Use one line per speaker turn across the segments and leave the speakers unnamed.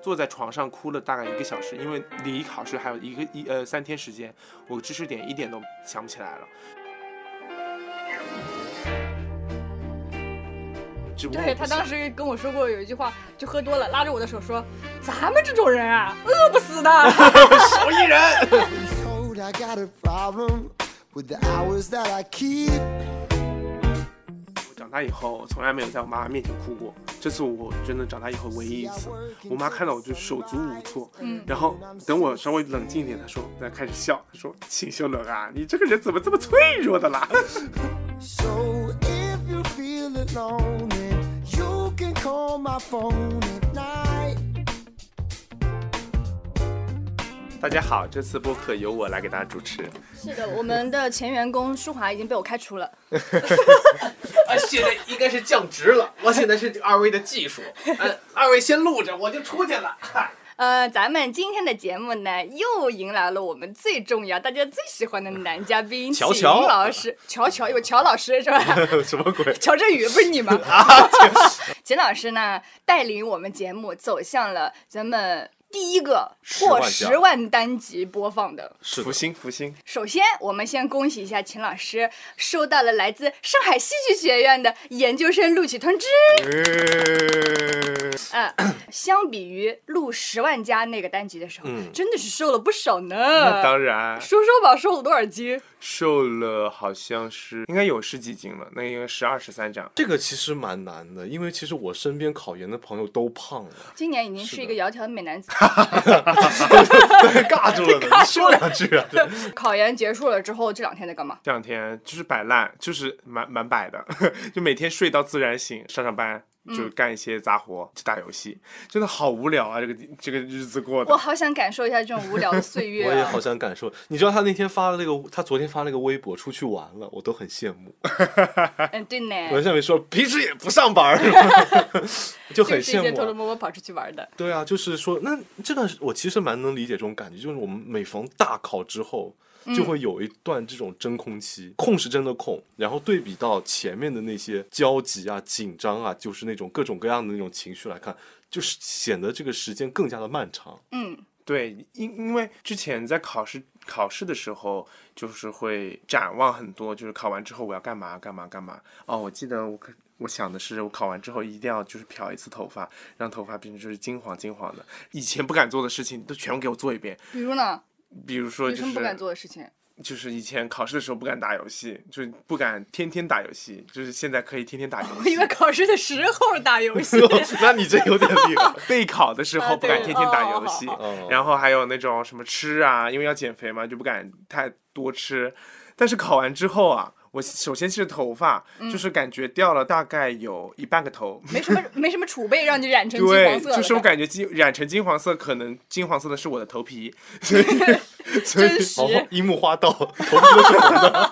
坐在床上哭了大概一个小时，因为离考试还有一个一呃三天时间，我知识点一点都想不起来了。只不过
对他当时跟我说过有一句话，就喝多了，拉着我的手说：“咱们这种人啊，饿不死的。
手艺人，
been told I got a problem with the hours that I keep.
我长大以后从来没有在我妈面前哭过，这次我真的长大以后唯一一次。我妈看到我就手足无措，
嗯
然后等我稍微冷静一点，她说，她开始笑，她说：“秦秀伦啊，你这个人怎么这么脆弱的啦？”
So if you feel it lonely, you can call my phone at night.
大家好，这次播客由我来给大家主持。”
是的，我们的前员工舒华已经被我开除了。
啊，现在应该是降职了。我现在是二位的技术，呃，二位先录着，我就出去 了。嗨
呃，咱们今天的节目呢，又迎来了我们最重要、大家最喜欢的男嘉宾
乔乔
秦老 师，乔乔有乔老师是吧？
什么鬼？
乔振宇不是你吗？
啊
秦老师呢，带领我们节目走向了咱们第一个破
十
十
万
万单集播放的。
是
福星福星，
首先，我们先恭喜一下秦老师收到了来自上海戏剧学院的研究生录取通知。嗯， 相比于录十万加那个单集的时候，
嗯
真的是瘦了不少
那
呢。
当然
说说吧，瘦了多少斤？
瘦了，好像是应该有十几斤了，那应该十二十三这样。
这个其实蛮难的，因为其实我身边考研的朋友都胖 了，
今年已经是一个窈窕美男子。
尬住了呢。你说两句啊？
考研结束了之后，这两天在干嘛？
这两天就是摆烂，就是蛮蛮摆的， 就每天睡到自然醒，上上班就
嗯
干一些杂活，就打游戏，真的好无聊啊！这个这个日子过
我
的，
好想感受一下这种无聊的岁月、啊。
我也好想感受。你知道他那天发了那个，他昨天发了个微博，出去玩了，我都很羡慕。
哎嗯，对呢，
我下面说平时也不上 班儿，就
就
很
是一
羡
些
慕
偷偷
啊。
摸摸跑出去玩的。
对啊，就是说，那这段时我其实蛮能理解这种感觉，就是我们每逢大考之后，
嗯
就会有一段这种真空期，空是真的空，然后对比到前面的那些焦急啊、紧张啊，就是那种各种各样的那种情绪来看，就是显得这个时间更加的漫 长。
嗯，
对，因因为之前在考试考试的时候，就是会展望很多，就是考完之后我要干嘛干嘛干嘛。哦，我记得我可我想的是，我考完之后一定要就是漂一次头发，让头发变成就是金黄金黄的。以前不敢做的事情都全部给我做一遍，
比如呢，
比如说
有
就
什
是
么不敢做的事情？
就是以前考试的时候不敢打游戏，就是不敢天天打游戏，就是现在可以天天打游
我哦以为
戏。
考试的时候打游 戏。
那你这有点 厉害。
备考的时候
啊
不敢
对
天天打
哦
游戏，
好
哦
然后还有那种什么吃啊，因为要减肥嘛，就不敢太多吃。但是考完之后啊，我首先是头发，
嗯
就是感觉掉了大概有一半个头，
没什么，没什么储备让你染成金
对，
黄色了。
就是我感觉金染成金黄色，可能金黄色的是我的头皮，
真实
好，樱木花 道，头发都是红的。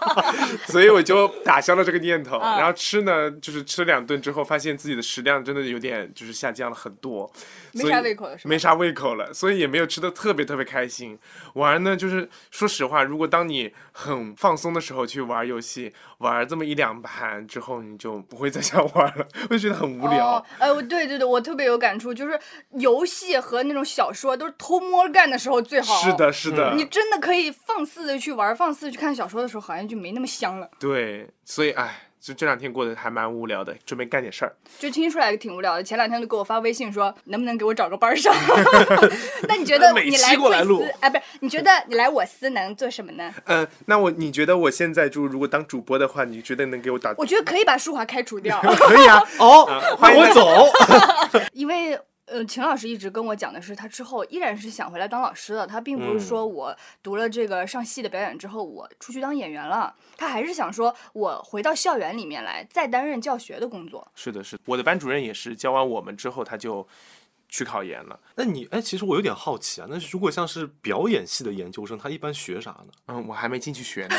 所以我就打消了这个念 头。
啊
然后吃呢，就是吃两顿之后，发现自己的食量真的有点就是下降了很多，
没
所以
啥胃口了是吧
没啥胃口了，所以也没有吃的特别特别开心。玩呢，就是说实话，如果当你很放松的时候去玩游戏，玩这么一两盘之后，你就不会再想玩了， 会觉得很无聊。
哦，哎，我对对对，我特别有感触，就是游戏和那种小说都是偷摸干的时候最好。嗯
是，的，是的，
你真的可以放肆的去玩，放肆地去看小说的时候，好像就没那么香了。
对，所以哎，就这两天过得还蛮无聊的，准备干点事儿。
就听出来挺无聊的。前两天就给我发微信说，能不能给我找个班儿上？ 那你觉得
每
你
期
来
过来
贵
录
司，哎，不是，你觉得你来我司能做什么呢？
嗯、那我你觉得我现在就如果当主播的话，你觉得能给我打？
我觉得可以把舒华开 除掉，
可以 啊，
哦，
欢
那
迎大
我
家
走。
因为。呃，秦老师一直跟我讲的是，他之后依然是想回来当老师的。他并不是说我读了这个上戏的表演之后，我出去当演员了。他还是想说，我回到校园里面来，再担任教学的工作。
是的，是的我的班主任也是教完我们之后，他就去考研了。
那你哎，其实我有点好奇啊，那如果像是表演系的研究生，他一般学啥呢？
嗯，我还没进去学呢。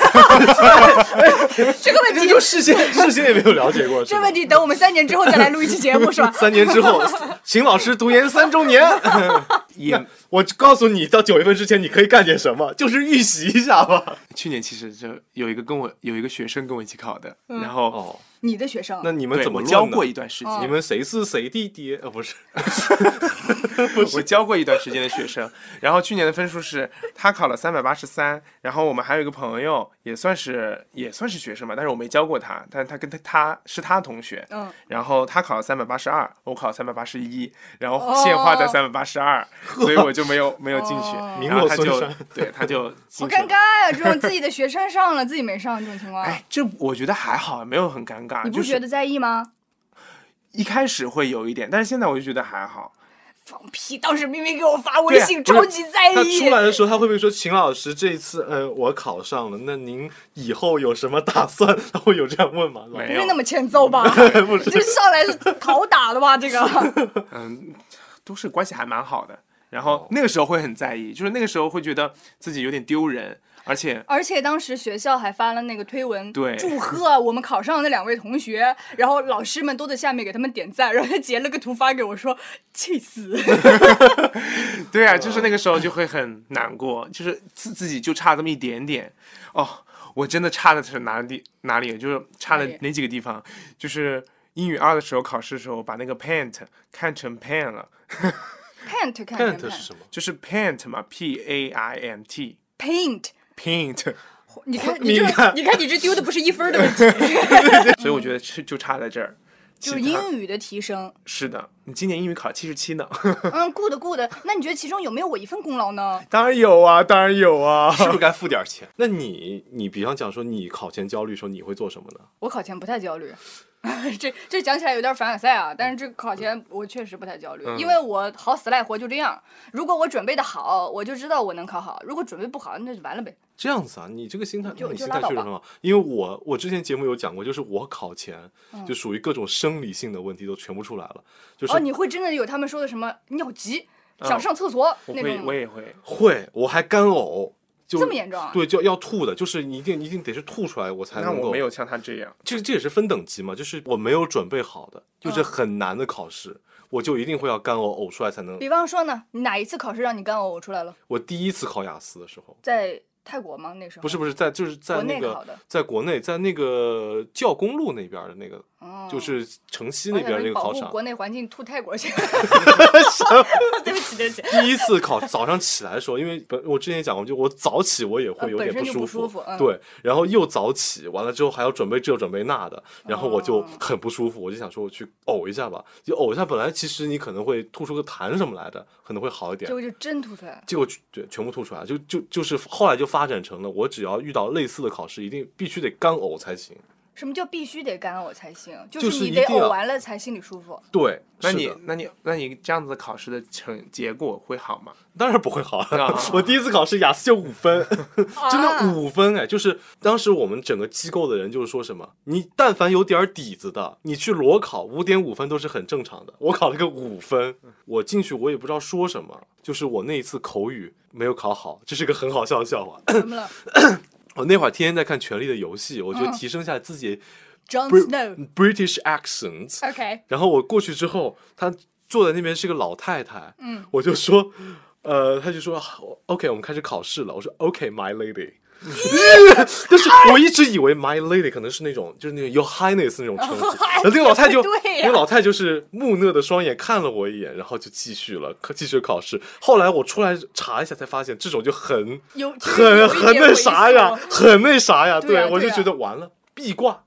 这个问
这
题，
就事先事先也没有了 解过，是
这
吧？
问题等我们三年之后再来录一期节目，是吧
三年之后，秦老师读研三周年，
也
我告诉你，到九月份之前你可以干点什么，就是预习一下吧。
嗯
去年其实就有一个跟我有一个学生跟我一起考的，然后
哦，
你的学生
那你们
对
怎么
我教
论呢
过一段时间，
嗯
你们谁是谁的爹？呃，不是，
我教过一段时间的学生，然后去年的分数是他考了三百八十三，然后我们还有一个朋友也算是也算是学生吧，但是我没教过他，但是他跟他他是他同学，
嗯，
然后他考了三百八十二，我考三百八十一，然后现化在三百八十 二，所以我就没有没有进去，
哦
然后他
名
就
落孙山
对他就进
好
去
尴
了
尬。呀、啊这种自己的学生上了，自己没上这种情况，
哎，这我觉得还好，没有很尴尬。
你不
就是
觉得在意吗？
一开始会有一点，但是现在我就觉得还好。
放屁！当时明明给我发微
对啊
信，
不是
超级在
他
意。
出来的时候，他会不会说秦老师这一次，呃，我考上了，那您以后有什么打算？他会有这样问吗？
没
不
有
是那么欠揍 吧？这上来 是讨打的吧？ 这个
嗯，都是关系还蛮好的。然
哦
后那个时候会很在意，就是那个时候会觉得自己有点丢人，而且
而且当时学校还发了那个推文，
对
祝贺我们考上的那两位同学，然后老师们都在下面给他们点赞，然后他截了个图发给我说，气死！
对啊，就是那个时候就会很难过，就是自自己就差这么一点点，哦，我真的差的是哪里哪里，就是差了
哪里
哪几个地方，就是英语二的时候考试的时候把那个 pant 看成 pan 了，
paint 看见
pant
没
是什么？
就是 pant 嘛，p a i n t
paint，
paint，
你看 你这
敏感
你看你这丢的不是一分儿的问 题，
所以我觉得是就差在这儿，
就是
其他
英语的提升。
是的，你今年英语考七十七呢。
嗯，good good，那你觉得其中有没有我一份功劳呢？
当然有啊，当然有啊。
是不是该付点钱？那你，你比方讲说，你考前焦虑的时候，你会做什么呢？
我考前不太焦虑。 这这讲起来有点凡尔赛啊，但是这个考前我确实不太焦虑，因为我好死赖活就这样。如果我准备的好，我就知道我能考好；如果准备不好，那就完了呗。
这样子啊，你这个心态，
就
那你
就
心
拉
态
倒
确实
吧
很好。因为我我之前节目有讲过，就是我考前就属于各种生理性的问题都全部出来了，就
嗯
是啊
哦，你会真的有他们说的什么尿急、想上厕所
我
那
会，
种
我
吗？
也会。
会，我还干呕，就
这么严重啊
对，就要吐的，就是你一定一定得是吐出来我才
那
能够。
我没有像他这样，
这这也是分等级嘛，就是我没有准备好的，就是
嗯
很难的考试，我就一定会要干呕呕出来才能。
比方说呢，你哪一次考试让你干呕出来了？
我第一次考雅思的时候，
在泰国吗？那时候
不是，不是在就是
嗯
在
国
那
内
个
考的
在国内在那个教工路那边的那个，
哦
就是城西
我
那
想说
边那
你
个
保
考
护
场。
国内 环境吐泰国去。 对不起，对不 起。
第一次考早上起来的时候，因为本我之前也讲过，就我早起我也
呃
会有
本
点
身就
舒
不
服，
舒服嗯
对，然后又早起，完了之后还要准备这准备那的，然后我就
哦
很不舒服，我就想说我去呕一下吧，就呕一下，本来其实你可能会吐出个痰什么来的，可能会好一点
结。果就真吐出来了。
结果全对全部吐出来，就就就是后来就发展成了，我只要遇到类似的考试，一定必须得干呕才行。
什么叫必须得干呕才行？就
就是
你
一
得
定要
呕完了才心里舒服。
对，
那
是
你
的，
那你，那你这样子考试的成结果会好吗？
当然不会好
啊
了。 我第一次考试雅思就五分，真的
啊
五分哎！就是当时我们整个机构的人就是说什么，你但凡有点底子的，你去裸考五点五分都是很正常的。我考了个五分，我进去我也不知道说什么，就是我那一次口语没有考好，这是个很好笑的笑话。
怎么了
我那会儿天天在看《权力的游戏》，我觉得提升一下自己
？Jon
Br-
嗯 Snow。
British accent，
OK，
然后我过去之后，她坐在那边是个老太太，嗯，我就说，呃，她就说啊，OK，我们开始考试了。我说，OK，my、lady。但是我一直以为 my lady 可能是那种就是那种 your highness 那种称呼，然后那个老太就、
哦 对呀
那个老太就是木讷的双眼看了我一眼，然后就继续了，继续考试。后来我出来查一下才发现，这种就很
有其实有
很
一
很
点
那
猥
啥
琐
呀，很那啥呀，
对啊
我
对
就
啊
觉得完了必挂。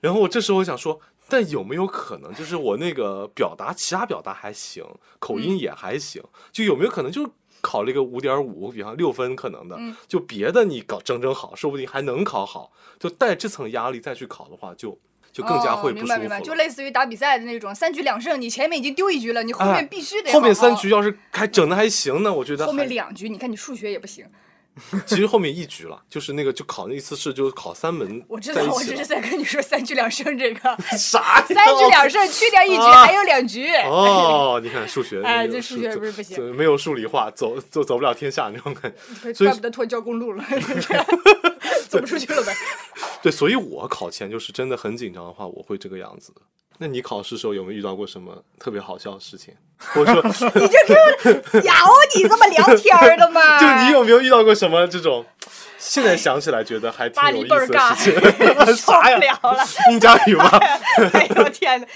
然后我这时候想说，但有没有可能，就是我那个表达，其他表达还行，口
嗯
音也还行，就有没有可能就考了一个五点五，比方六分可能的，
嗯
就别的你搞整整好，说不定还能考好。就带这层压力再去考的话，就就更加会
哦
不
明
舒服
白明白，就
了。
类似于打比赛的那种，三局两胜，你前面已经丢一局了，你后
哎
面必须得、
后面三局，要是还整的还行呢，我觉得
后面
还
两局，你看你数学也不行。
其实后面一局了，就是那个就考那一次试，就是考三门
我知
在
道
一，
我
起
只
了
是在跟你说三局两胜这 个，
啥呀？
三局两胜去掉一局，
啊
还有两局。
哦，你看数学，
哎
没有
这数学不是不行
走没有数理化，走走走不了天下那种感觉。所以
怪不得拖交公路 了，走不出去了呗。
对，所以我考前就是真的很紧张的话，我会这个样子的。那你考试时候有没有遇到过什么特别好笑的事情？或者说，
你这就是咬你这么聊天儿的吗？
就你有没有遇到过什么这种，现在想起来觉得还挺
巴
有
黎
意
倍儿
思的
尬
事 情？
受不了了。
应佳 宇吧，
哎呦天哪，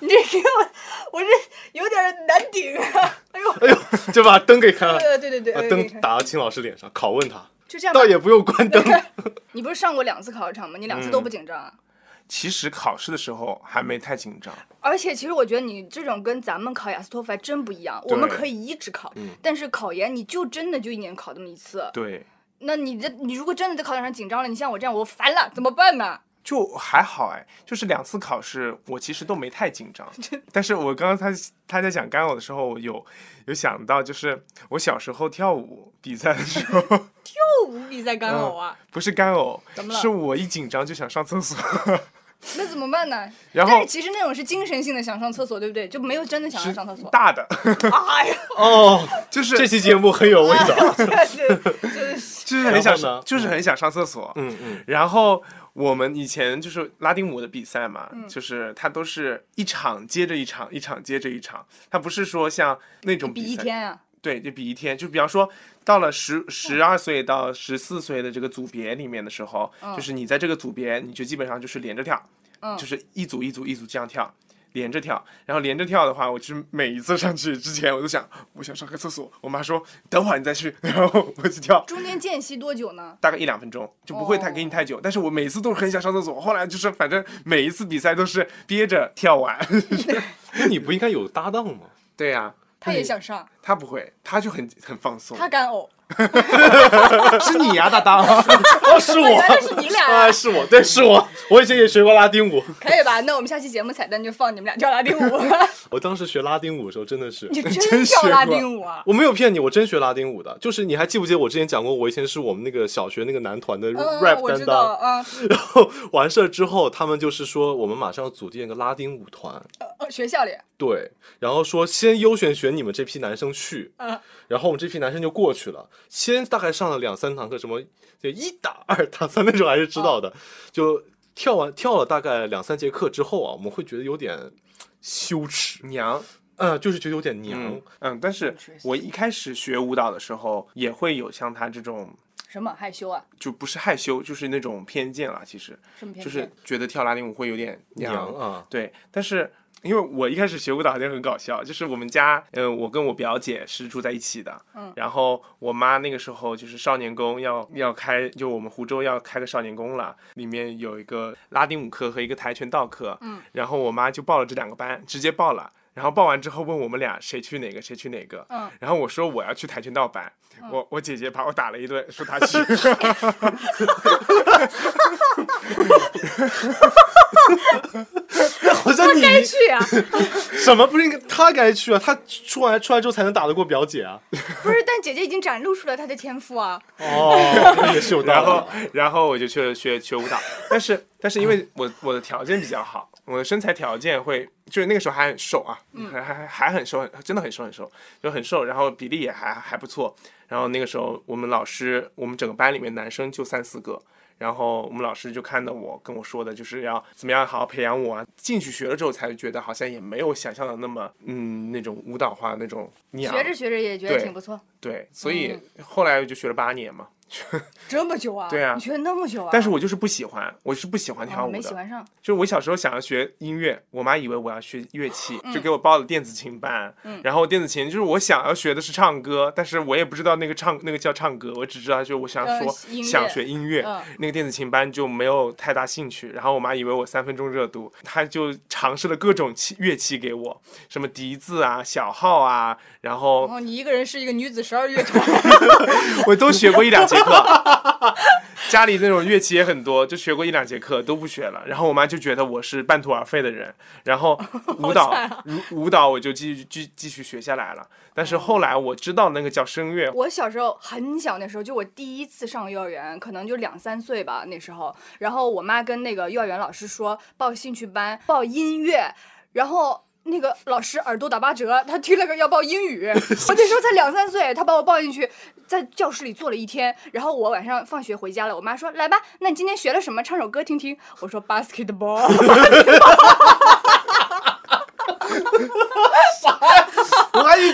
你这给我，我这有点难顶啊！哎呦，
哎呦，就把灯给开了，
对对对对，
把
哎
灯
你看
打到秦老师脸上，拷问他，
就这样吧
倒。也嗯不用 关灯。
你不是上过两次考场吗？你两次都不紧张啊。
其实考试的时候还没太紧张，
而且，其实我觉得你这种跟咱们考雅思托福还真不一样。我们
对嗯
可以一直考，但是考研你就真的就一年考那么一次。
对，
那你这你如果真的在考场上紧张了，你像我这样，我烦了，怎么办呢？
就还好哎，就是两次考试，我其实都没太紧张。 但是我刚刚他他在讲干呕的时候，我有有想到，就是我小时候跳舞比赛的时候，
不 无比赛干呕啊，
不是干呕
怎么，了
是我一紧张就想上厕所，
那怎么办呢？
然
但
后
是其实那种是精神性的想上厕所，对不对？就没有真的想 要
是
上厕所。
大的，
哎呀，
哦，
就是
这期节目很有味 道。
对，真是
就是很想
然后呢
上，就是很想上厕所。
嗯嗯，
然后我们以前就是拉丁舞的比赛嘛，
嗯
就是它都是一场接着一场，一场接着一场，它不是说像那种
比一
赛，
天嗯啊。
对，就比一天。就比方说，到了十十二岁到十四岁的这个组别里面的时候，
嗯
就是你在这个组别，你就基本上就是连着跳，就是一组一组一组这样跳。连着跳，然后连着跳的话，我就是每一次上去之前，我都想，我想上个厕所。我妈说，等会儿你再去， 然后我去跳。
中间间隙多久呢？
大概一两分钟，就不会太给你太久。但是我每次都是很想上厕所，后来就是反正每一次比赛都是憋着跳完。
那你不应该有搭档吗？
对呀、
他也想上，
他不会，他就很很放松。
他干呕。
是你呀、啊搭档。
哦，是我
原来是你俩啊
啊，是我，对，是我。我以前也学过拉丁舞，
可以吧？那我们下期节目彩蛋就放你们俩跳拉丁舞，
我当时学拉丁舞的时候真的是
你。真
真学
跳
过
拉丁舞啊？
我没有骗你，我真学拉丁舞的。就是你还记不记得我之前讲过，我以前是我们那个小学那个男团的
嗯，
rap
我知
担
道，
当。
嗯，
然后完事儿之后，他们就是说我们马上要组建一个拉丁舞团，
呃学校里，
对，然后说先优选选你们这批男生去，
嗯
然后我们这批男生就过去了，先大概上了两三堂课，什么就一打二打三那种还是知道
嗯
的，就跳完跳了大概两三节课之后啊，我们会觉得有点羞耻，
娘，
嗯、就是觉得有点娘。
嗯嗯，但是我一开始学舞蹈的时候，也会有像他这种，
什么害羞啊？
就不是害羞，就是那种偏见啦。其实
什么偏见
就是觉得跳拉丁舞会有点
娘 啊，
对，但是因为我一开始学舞蹈好像很搞笑，就是我们家，呃，我跟我表姐是住在一起的，嗯，然后我妈那个时候就是少年宫要要开，就我们湖州要开个少年宫了，里面有一个拉丁舞课和一个跆拳道课，嗯，然后我妈就报了这两个班，直接报了。然后报完之后问我们俩谁去哪个谁去哪个，
嗯
然后我说我要去跆拳道班，我我姐姐把我打了一顿，说 她去，
好像你
该去啊！
什么不是应该他该去啊？他出来出来之后才能打得过表姐啊。
不是，但姐姐已经展露出了她的天 赋啊！
哦，也是有
然
道
后
理。，
然后我就去了学学舞蹈，但是，但是因
嗯
为我我的条件比较好，我的身材条件会，就是那个时候还很瘦啊，
嗯
还还还很瘦，真的很瘦很瘦，就很瘦，然后比例也还还不错。然后那个时候我们老师，我们整个班里面男生就三四个，然后我们老师就看到我跟我说的，就是要怎么样好好培养我啊。进去学了之后，才觉得好像也没有想象的那么，嗯，那种舞蹈化那种娘。
学着嗯学着也觉得
对
挺不错，
对，所以后来我就学了八年嘛。
这么久啊？
对啊
你学那么久啊？
但是我就是不喜欢，我是不喜欢跳
哦
舞
没
的。
喜欢上，
就是我小时候想要学音乐，我妈以为我要学乐器，
嗯
就给我报了电子琴班。然后电子琴就是我想要学的是唱歌，但是我也不知道那个唱那个叫唱歌，我只知道就是我想
呃
说、
音乐
想学音乐、
嗯
那个电子琴班就没有太大兴趣。然后我妈以为我三分钟热度，她就尝试了各种器乐器给我，什么笛子啊、小号啊，然
然
后
哦后你一个人是一个女子十 二乐团，
我都学过一两节课。家里那种乐器也很多，就学过一两节课都不学了。然后我妈就觉得我是半途而废的人。然后舞蹈，舞舞蹈我就继续继继续学下来了。但是后来我知道那个叫声乐，
我小时候很小，那时候就我第一次上幼儿园，可能就两三岁吧，那时候。然后我妈跟那个幼儿园老师说报兴趣班，报音乐，然后。那个老师耳朵打八折，他听了个要报英语， 我那时候才两三岁，他把我报进去，在教室里坐了一天，然后我晚上放学回家了，我妈说来吧， 那你今天学了什么？唱首歌听听。我说 basketball，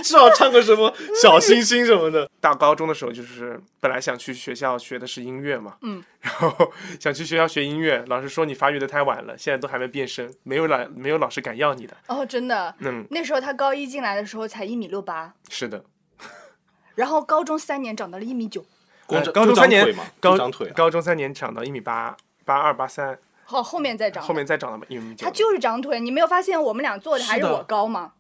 至少唱个什么小星星什么的。
到高中的时候，就是本来想去学校学的是音乐嘛，
嗯，
然后想去学校学音乐，老师说你发育的太晚了，现在都还没变声，没有老没有老师敢要你的。
哦，真的，
嗯，
那时候他高一进来的时候才一米六八，
是的，
然后高中三年长到了一米九，
光
呃
长
高
就
中
哎长
三年
腿嘛，就
高
长腿啊，
高中三年长到一米八八二八三，
好后面再长的。
后面再长到一米九
他。就是长腿，你没有发现我们俩坐着还是
是的
我高吗？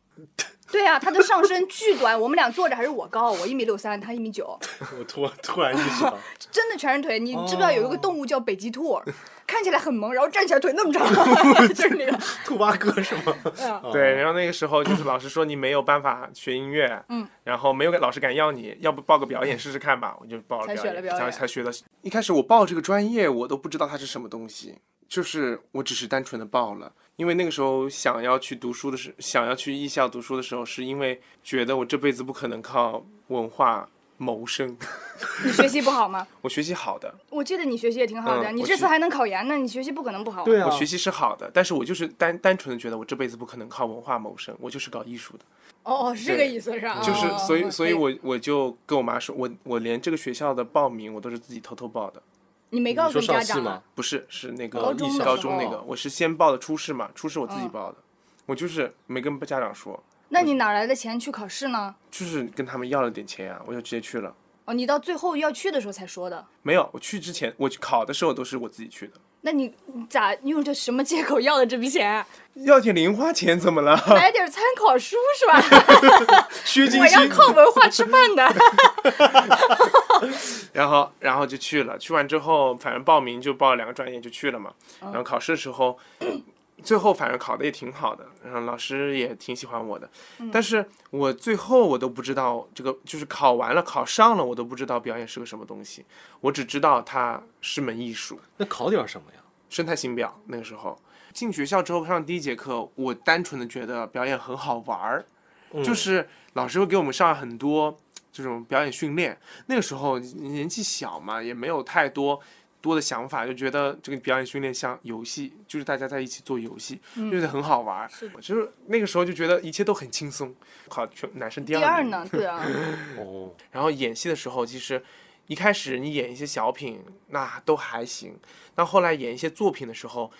对啊，他的上身巨短，我们俩坐着还是我高，我一米六三，他一米九，
我突然突然意识到，
真的全是腿。你知不知道有一个动物叫北极兔，看起来很萌，然后站起来腿那么长，就是那个。
兔八哥是吗？
嗯
对，然后那个时候就是老师说你没有办法学音乐，
嗯，
然后没有老师敢要你，要不报个表演试试看吧？我就报了
才
表
学
演，
了表演
才才学的。一开始我报这个专业，我都不知道它是什么东西，就是我只是单纯的报了，因为那个时候想要去读书的时，想要去艺校读书的时候，是因为觉得我这辈子不可能靠文化谋生，
你学习不好吗？
我学习好的，
我记得你学习也挺好的，
嗯
你
我
这
学
次还能考研呢，你学习不可能不好。
对啊，
哦
我学习是好的，但是我就是单单纯的觉得我这辈子不可能靠文化谋生，我就是搞艺术的。
哦哦，是这个意思是吧？
就是
哦，
所以，所以
可
我我就跟我妈说，我我连这个学校的报名我都是自己偷偷报的，
你没告
你
诉家
说上戏
长
吗
啊？？
不是是那个
高
艺
中
校
的
高
时
中那
候
个，我是先报的初试嘛，初试我自己
嗯
报的，我就是没跟家长说，
那你哪来的钱去考试呢？
就是跟他们要了点钱啊，我就直接去了。
哦，你到最后要去的时候才说的。
没有，我去之前我去考的时候都是我自己去的，
那你你咋用这什么借口要的这笔钱？啊
要点零花钱怎么了？
买点参考书是吧？
薛金
我要
星
靠文化吃饭 的。
然后然后就去了，去完之后反正报名就报了两个专业就去了嘛，然后考试的时候，最后反正考的也挺好的，然后老师也挺喜欢我的，但是我最后我都不知道这个就是考完了考上了我都不知道表演是个什么东西，我只知道它是门艺术，
那考点什么呀？
生态型表那个时候。进学校之后上第一节课，我单纯的觉得表演很好玩儿，
嗯
就是老师会给我们上很多这种表演训练。那个时候年纪小嘛，也没有太多多的想法，就觉得这个表演训练像游戏，就是大家在一起做游戏，就是很好玩儿。
嗯是的
就是那个时候就觉得一切都很轻松，考全男生第
第
二
二
名
呢？对啊，
哦，
然后演戏的时候，其实一开始你演一些小品，那都还行；到后来演一些作品的时候，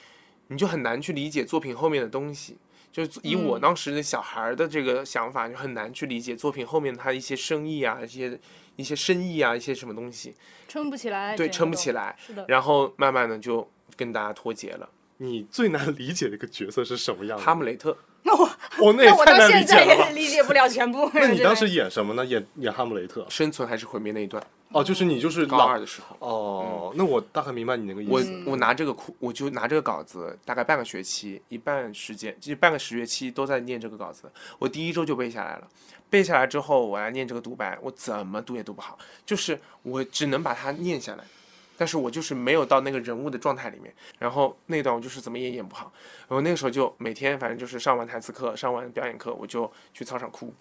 你就很难去理解作品后面的东西。就是以我
嗯
当时的小孩儿的这个想法，就很难去理解作品后面它一些深意啊、一些一些深意啊、一些什么东西，
撑不起来。
对，
这个
撑不
都
起。来。
是的，
然后慢慢的就跟大家脱节了。
你最难理解的一个角色是什么样的？
哈姆雷特，
那我
哦，那 也
那我
太
到
难
现
理解
在
了
也
吧。
理解不了全部。
那你当时
真的
演什么呢？演演哈姆雷特？
生存还是毁灭那一段，
哦，就是你就是
高
老
二的时候。
哦，那我大概明白你那个意
我
思。
我拿这个哭，我就拿这个稿子，大概半个学期，一半时间，就是半个学期都在念这个稿子。我第一周就背下来了，背下来之后，我来念这个独白，我怎么读也读不好，就是我只能把它念下来，但是我就是没有到那个人物的状态里面。然后那段我就是怎么也演不好。然后那个时候就每天反正就是上完台词课，上完表演课，我就去操场哭，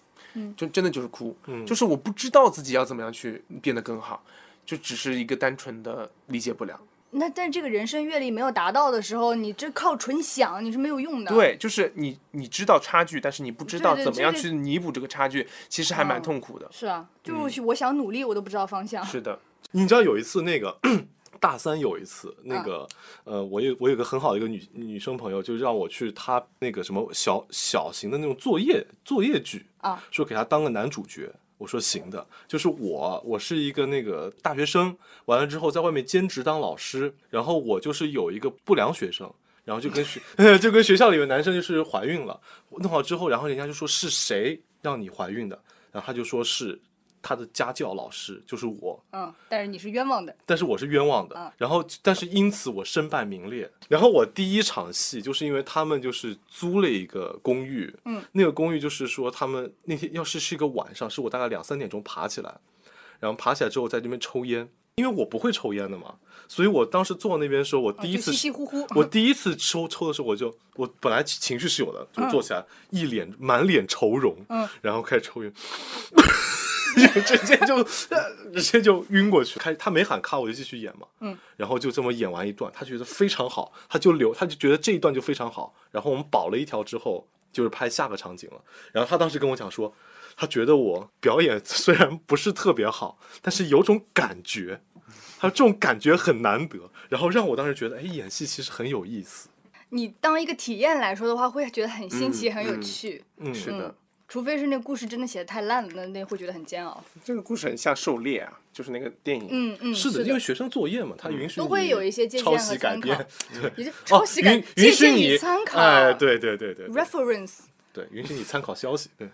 就真的就是哭，
嗯
就是我不知道自己要怎么样去变得更好，就只是一个单纯的理解不了。
那但这个人生阅历没有达到的时候，你这靠纯想你是没有用的。，
对，就是你你知道差距，但是你不知
对
道
对
怎
这
么样
个
去弥补这个差距，其实还蛮
嗯
痛苦的。
是啊，
嗯
就是我想努力，我都不知道方向。
是的，
你知道有一次那个 大三有一次那个、呃，我有我有个很好的一个女女生朋友，就让我去她那个什么小小型的那种作业作业剧
啊，
说给她当个男主角。我说行的，就是我，我是一个那个大学生，完了之后在外面兼职当老师，然后我就是有一个不良学生，然后就跟学 就跟学校里面男生就是怀孕了，弄好之后，然后人家就说是谁让你怀孕的，然后他就说是他的家教老师，就是我，
嗯，但是你是冤枉的。
但是我是冤枉的。
嗯
然后，但是因此我身败名裂。然后我第一场戏就是因为他们就是租了一个公寓，
嗯，
那个公寓就是说他们那天要是是一个晚上，是我大概两三点钟爬起来，然后爬起来之后在那边抽烟，因为我不会抽烟的嘛，所以我当时坐那边的时候，我第一
哦嗯就
次、
稀稀乎乎。
我第一次抽抽的时候，我就我本来情绪是有的，就坐起来、一脸满脸愁容，
嗯
然后开始抽烟， 直接就呃直接就晕过去。开他没喊卡，我就继续演嘛，
嗯，
然后就这么演完一段，他觉得非常好，他就留，他就觉得这一段就非常好。然后我们保了一条之后，就是拍下个场景了。然后他当时跟我讲说，他觉得我表演虽然不是特别好，但是有种感觉，他说这种感觉很难得，然后让我当时觉得，哎，演戏其实很有意思。
你当一个体验来说的话，会觉得很新奇、
嗯
很有
嗯
趣。
嗯，
是的，
除非是那故事真的写的太烂了，那那会觉得很煎熬。
这个故事很像《狩猎》啊，就是那个电影。
嗯嗯，
是
的，
因为学生作业嘛，他允许
都会
你
有一些借鉴
抄
和
袭改
参考
编，，
也是
哦
抄袭感
允，
借
允许
鉴
你
与参考。
哎，对对对对对
，reference。
对，允许你参考消息。对，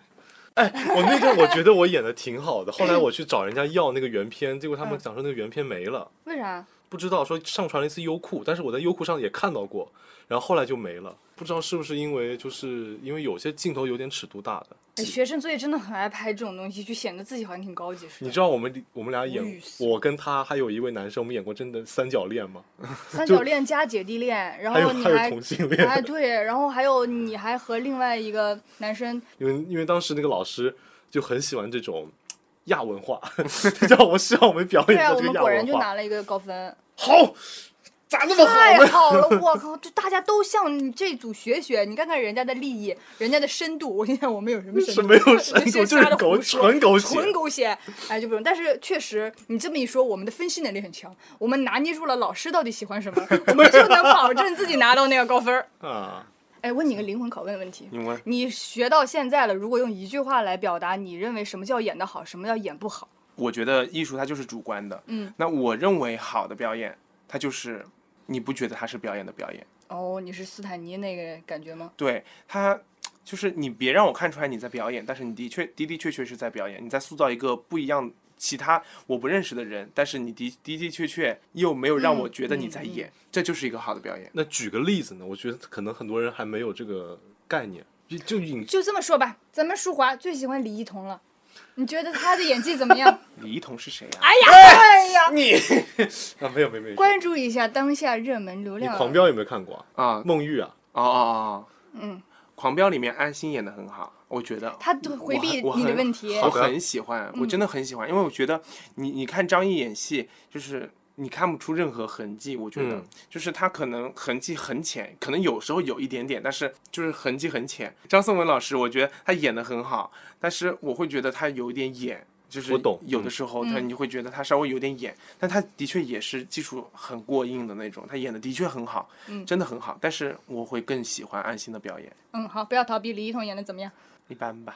哎，我那阵我觉得我演的挺好的，后来我去找人家要那个原片，结果他们讲说那个原片没了，
为啥？哎
不知道说上传了一次优酷，但是我在优酷上也看到过，然后后来就没了，不知道是不是因为就是因为有些镜头有点尺度大的。
哎，学生作业真的很爱拍这种东西，就显得自己好像挺高级似
你
的。
知道我们我们俩
无语
演，
死
我跟他还有一位男生，我们演过真的三角恋吗？
三
就
角恋加姐弟恋，然
还有
哦后你
还有
还
同性 恋
哎对，然后还有你还和另外一个男生，
因为因为当时那个老师就很喜欢这种亚文化， 让我希望我们表演
对啊，
的
我
这个
们
亚
果然
文
就
化。
拿了一个高分，
好，咋那么好
太
呢？
好了！我靠，就大家都向你这组学学，你看看人家的利益，人家的深度， 我跟你讲，我们有什么深
是
度？
没 有深度，
些
就
瞎
是
的
狗
胡说
纯狗血。
纯狗血，哎，就不用。但是确实，你这么一说，我们的分析能力很强，我们拿捏住了老师到底喜欢什么， 我们就能保证自己拿到那个高分儿。
啊！
哎，问你个灵魂拷问的问题，
你
嗯
问
你学到现在了，如果用一句话来表达，你认为什么叫演得好，什么叫演不好？
我觉得艺术它就是主观的。
嗯，
那我认为好的表演，它就是你不觉得它是表演的表演，
哦，你是斯坦尼那个感觉吗？
对它就是你别让我看出来你在表演，但是你的确的的确确是在表演，你在塑造一个不一样其他我不认识的人，但是你的的的确确又没有
嗯
让我觉得你在演，这就是一个好的表演。
那举个例子呢？我觉得可能很多人还没有这个概念，就就影
就这么说吧，咱们舒华最喜欢李一桐了，你觉得她的演技怎么样？
李一桐是谁啊？
哎呀，哎呀，
你
啊，没有没有没有。
关注一下当下热门流
你
量。
狂飙有没有看过啊？
啊，
孟玉啊，
哦哦哦，
嗯，
狂飙里面安心演的很好，我觉得
他回避
我很
你的问
我
题嗯
很，我
好的
很喜欢，我真的很喜欢，因为我觉得你你看张译演戏，就是你看不出任何痕迹，我觉得、
嗯
就是他可能痕迹很浅，可能有时候有一点点，但是就是痕迹很浅。张颂文老师，我觉得他演的很好，但是我会觉得他有一点演。就是
我懂
有的时候他
嗯
你会觉得他稍微有点演，但他的确也是技术很过硬的那种，他演的的确很好，
嗯
真的很好。但是我会更喜欢安心的表演，
嗯，好，不要逃避。李一桐演的怎么样？
一般吧。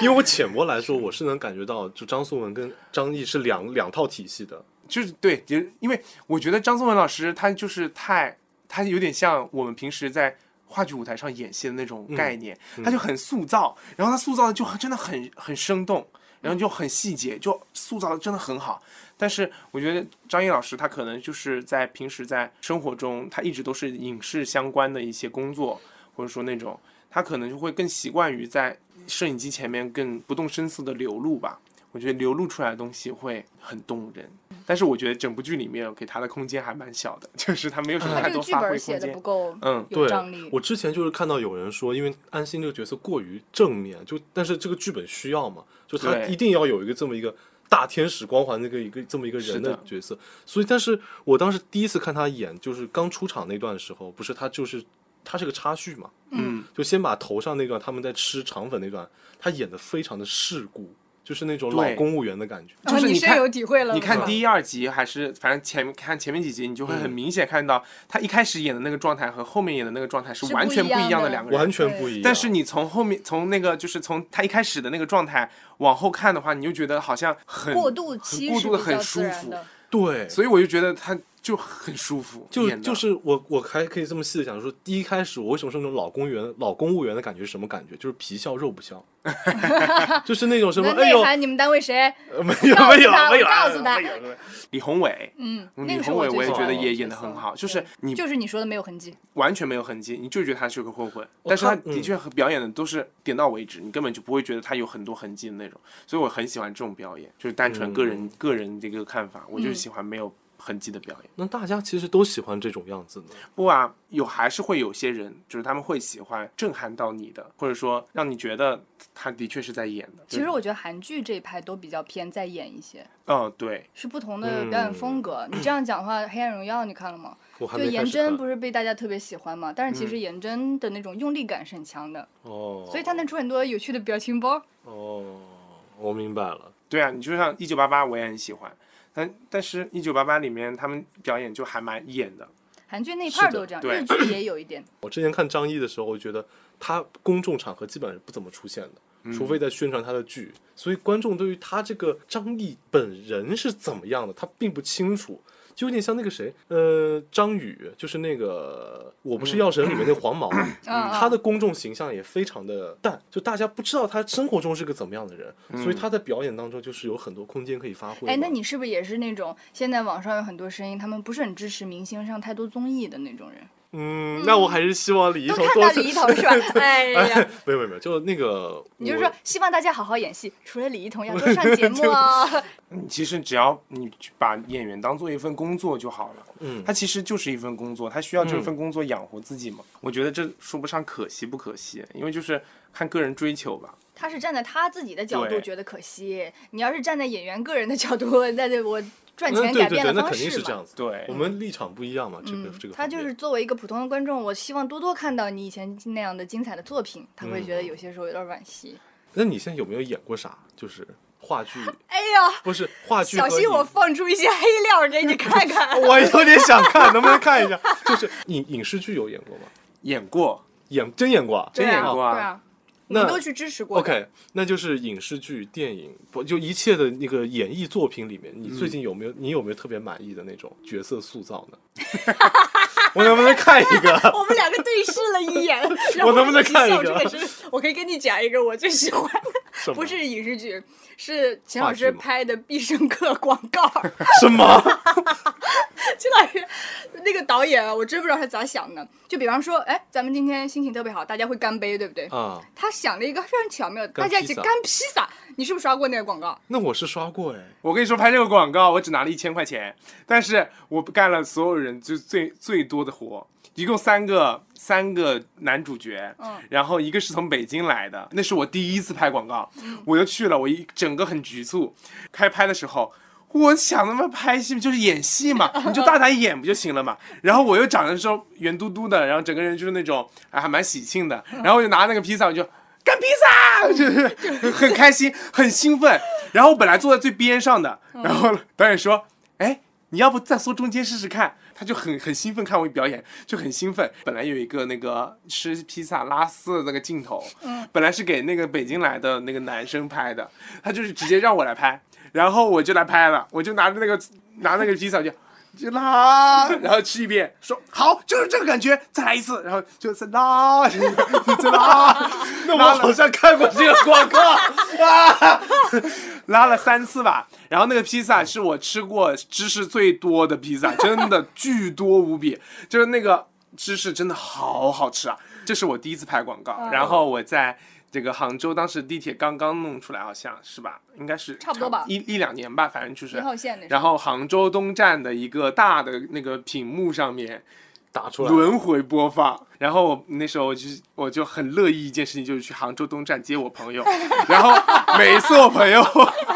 因为我浅薄来说，我是能感觉到，就张颂文跟张译是两两套体系的。
就是对，也因为我觉得张颂文老师他就是太，他有点像我们平时在话剧舞台上演戏的那种概念，他就很塑造，然后他塑造的就很真的很很生动，然后就很细节，就塑造的真的很好。但是我觉得张译老师他可能就是在平时在生活中，他一直都是影视相关的一些工作，或者说那种他可能就会更习惯于在摄影机前面更不动声色的流露吧。我觉得流露出来的东西会很动人，但是我觉得整部剧里面给他的空间还蛮小的， 就是他没有什么
他
太
啊这个
多嗯
剧
发挥
本写
空
的不
间。
够
嗯
有
对
张力。
我之前就是看到有人说，因为安心这个角色过于正面，就但是这个剧本需要嘛，就他
对
一定要有一个这么一个大天使光环那个一个这么一个
是
人
的
的角色。所以，但是我当时第一次看他演，就是刚出场那段时候，不是他就是他是个插叙嘛，
嗯，
就先把头上那段他们在吃肠粉那段，他演的非常的世故，就是那种老
对
公务员的感觉。
就是
啊、
你
深
看
有体会了。嗯
你看
是吧
第一二集还是反正前看前面几集，你就会很明显看到他一开始演的那个状态和后面演的那个状态是
是
完
不
全
一
不一
样
样的
的
两个人，
完全不一样，
但是你从后面从那个就是从他一开始的那个状态往后看的话，你就觉得好像很
过渡期
很过
是
渡的
比较
很
自
舒
然
服，
的，
对，
所以我就觉得他就很舒服，
就
演得
就是我我还可以这么细的讲说，第一开始我为什么说那种老公员老公务员的感觉是什么感觉？就是皮笑肉不 笑，就是那种什么
那
哎呦
内涵你们单位谁？
呃没有
告诉他
没有没有，哎
我告诉他
没有没有
李宏伟。
嗯，那
李
个是
宏伟，
最
我也
喜
觉
欢
得
的
也
角
演得
色
很好，就是你
就是你说的没有痕迹。
完全没有痕迹，你就觉得他是个混混，但是他
看
的确和表演的都是点到为止，你根本就不会觉得他有很多痕
嗯
迹的那种，所以我很喜欢这种表演，就是单纯个人、个人这个看法，我就喜欢没有痕迹的表演。
那大家其实都喜欢这种样子的，
不啊，有还是会有些人，就是他们会喜欢震撼到你的，或者说让你觉得他的确是在演的。
其实我觉得韩剧这一派都比较偏在演一些，
嗯，对，
是不同
嗯
的表演风格。你这样讲的话，《黑暗荣耀》你看了吗？
我还
就
没
颜
开始看嗯
真不是被大家特别喜欢嘛，但是其实颜真的那种用力感是很强的，
哦，
所以他能出很多有趣的表情包。
哦，我明白了。
对啊，你就像《一九八八》，我也很喜欢，但但是《一九八八》里面他们表演就还蛮演的，
韩剧那一
是
派儿
的
都这样，
对
日剧也有一 点。
我之前看张译的时候，我觉得他公众场合基本上是不怎么出现的，除非在宣传他的剧。所以观众对于他这个张译本人是怎么样的，他并不清楚。就有点像那个谁，呃，张宇，就是那个《我不是药神》里面那黄毛，
嗯
他的公众形象也非常的淡，就大家不知道他生活中是个怎么样的人，所以他在表演当中就是有很多空间可以发挥的。嗯
哎，那你是不是也是那种现在网上有很多声音，他们不是很支持明星上太多综艺的那种人？
嗯，那我还是希望李一
都
桐
看
多
到李一桐是吧？ 哎呀，
没有没有没有，就那个，
你就
我
说希望大家好好演戏，除了李一桐要多上节目 哦。
嗯其实只要你去把演员当做一份工作就好了，
嗯
他其实就是一份工作，他需要这
嗯
份工作养活自己嘛。我觉得这说不上可惜不可惜，因为就是看个人追求吧。
他是站在他自己的角度
对
觉得可惜，你要是站在演员个人的角度，那就我赚
嗯
钱
对
改
对
变
对，
了
那
方
肯定
式
是这
嘛
样。子。
对
我们立场不一样嘛，这个
嗯
这个，
他
方
就
面
是作为一个普通的观众，我希望多多看到你以前那样的精彩的作品，他
嗯
会觉得有些时候有点惋惜。
那你现在有没有演过啥？就是 话剧，
哎呀，
不是话剧和
小
你。
心我放出一些黑料给 你看看。
我有点想看，能不能看一下？就是影影视剧有演过吗？
演过，
演真演过啊？
对
演
啊，
过啊
对啊，我
那
们都去支持过的。
OK，那就是影视剧、电影，不就一切的那个演绎作品里面，你最近有没有、你有没有特别满意的那种角色塑造 呢？我能不能看一个？
我们两个对视了一 眼，然后
我能不能
一起
看一
笑出
个
个声？ 我可以跟你讲一个我最喜欢
什
的，
么
不是影视剧，是秦
话
老
剧
师
吗
拍的《必胜客》广告。
什么？
秦老师 那个导演啊，我真不知道他咋想的。就比方说，哎，咱们今天心情特别好，大家会干杯，对不对？
啊，
他想了一个非常巧妙，大家一起
披萨
干披萨。你是不是刷过那个广告？
那我是刷过哎。
我跟你说拍这个广告，我只拿了一千块钱，但是我干了所有人就最最多的活，一共三个三个男主角，
嗯
然后一个是从北京来的，那是我第一次拍广告，我就去了，我一整个很局促，开拍的时候。我想他妈拍戏就是演戏嘛，你就大胆演不就行了嘛？然后我又长得说圆嘟嘟的，然后整个人就是那种啊还蛮喜庆的，然后我就拿那个披萨我就干披萨，就是很开心很兴奋。然后我本来坐在最边上的，然后导演说：“哎，你要不再缩中间试试看？”他就很很兴奋看我表演，就很兴奋。本来有一个那个吃披萨拉丝的那个镜头，本来是给那个北京来的那个男生拍的，他就是直接让我来拍，然后我就来拍了，我就拿着那个拿那个披萨就。就拉， 然后吃一遍，说好，就是这个感觉，再来一次，然后就再拉，再拉，那
我好像看过这个 广告，
啊拉了三次吧。然后那个披萨是我吃过芝士最多的披萨，真的巨多无比，就是那个芝士真的好好吃啊！这是我第一次拍广
嗯
告，然后我在。这个杭州当时地铁刚刚弄出来，好像是吧？应该是
差不多吧
一一两年吧，反正就是
一号线那是
然后杭州东站的一个大的那个屏幕上面，
打出来了。
轮回播放。然后我那时候我就我就很乐意一件事情，就是去杭州东站接我朋友。然后每一次我朋友，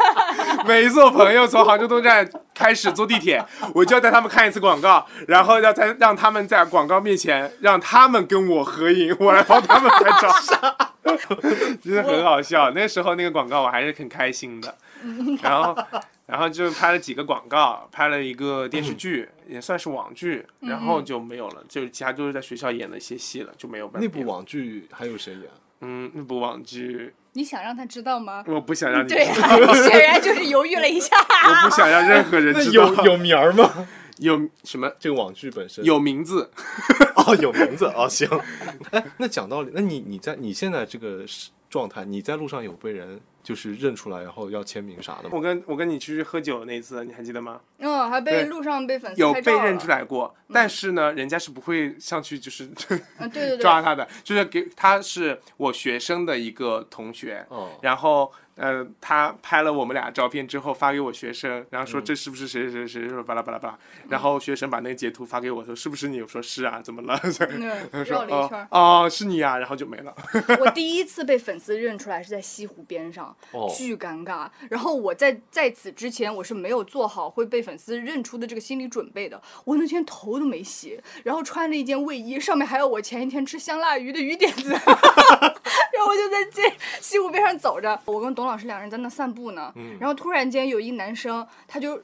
每一次我朋友从杭州东站开始坐地铁，我就要带他们看一次广告，然后要在让他们在广告面前让他们跟我合影，我来帮他们拍照。 真的很好笑，那时候那个广告我还是很开心 的，然后，然后就拍了几个广告，拍了一个电视剧，也算是网剧，
嗯
然后就没有了，就是其他都是在学校演的一些戏了，就没有办法
那部网剧还有谁演？
嗯，那部网剧，
你想让他知 道吗？
我不想让你知
对、
道，
啊，显然就是犹豫了 一下。
我不想让任何人
那
知道
有有名儿吗？
有什么
这个网剧本身
有名字，
哦，有名字哦，行。 哎，那讲道理，那你你在你现在这个是状态，你在路上有被人就是认出来，然后要签名啥的吗？
我跟我跟你出去喝酒那次，你还记得吗？
嗯，还被
对
路上被粉 丝
有
拍
被
照
认
了
出。来过，但是呢，人家是不会上去就是
嗯，对对对。
抓他的，就是给他是我学生的一个同学，
哦
然后呃，他拍了我们俩照片之后发给我学生，然后
嗯
说这是不是谁谁谁谁说巴拉巴拉巴拉，然后学生把那个截图发给我说是不是你？我说是啊，怎么了？
嗯，
他 说
绕了一圈
哦
儿。
哦是你啊，然后就没了。
我第一次被粉丝认出来是在西湖边上，
哦
巨尴尬。然后我在在此之前，我是没有做好会被粉丝认出的这个心理准备的。我那天头都没洗，然后穿了一件卫衣，上面还有我前一天吃香辣鱼的鱼点子。 然后我就在街西湖边上走着，我跟董老师两人在那散步呢。然后突然间有一男生，他就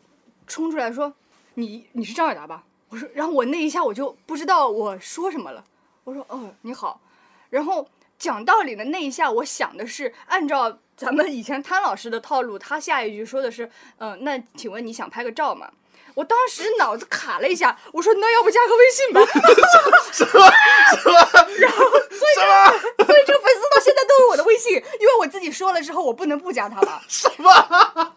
冲出来说：“你你是张伟达吧？”我说，然后我那一下我就不知道我说什么了。我说：“哦，你好。”然后讲道理的那一下，我想的是按照咱们以前潘老师的套路，他下一句说的是：“嗯、那请问你想拍个照吗？”我当时脑子卡了一下，我说：“那要不加个微信吧。”
什么
所以这个粉丝到现在都有我的微信，因为我自己说了之后，我不能不加他了。什么？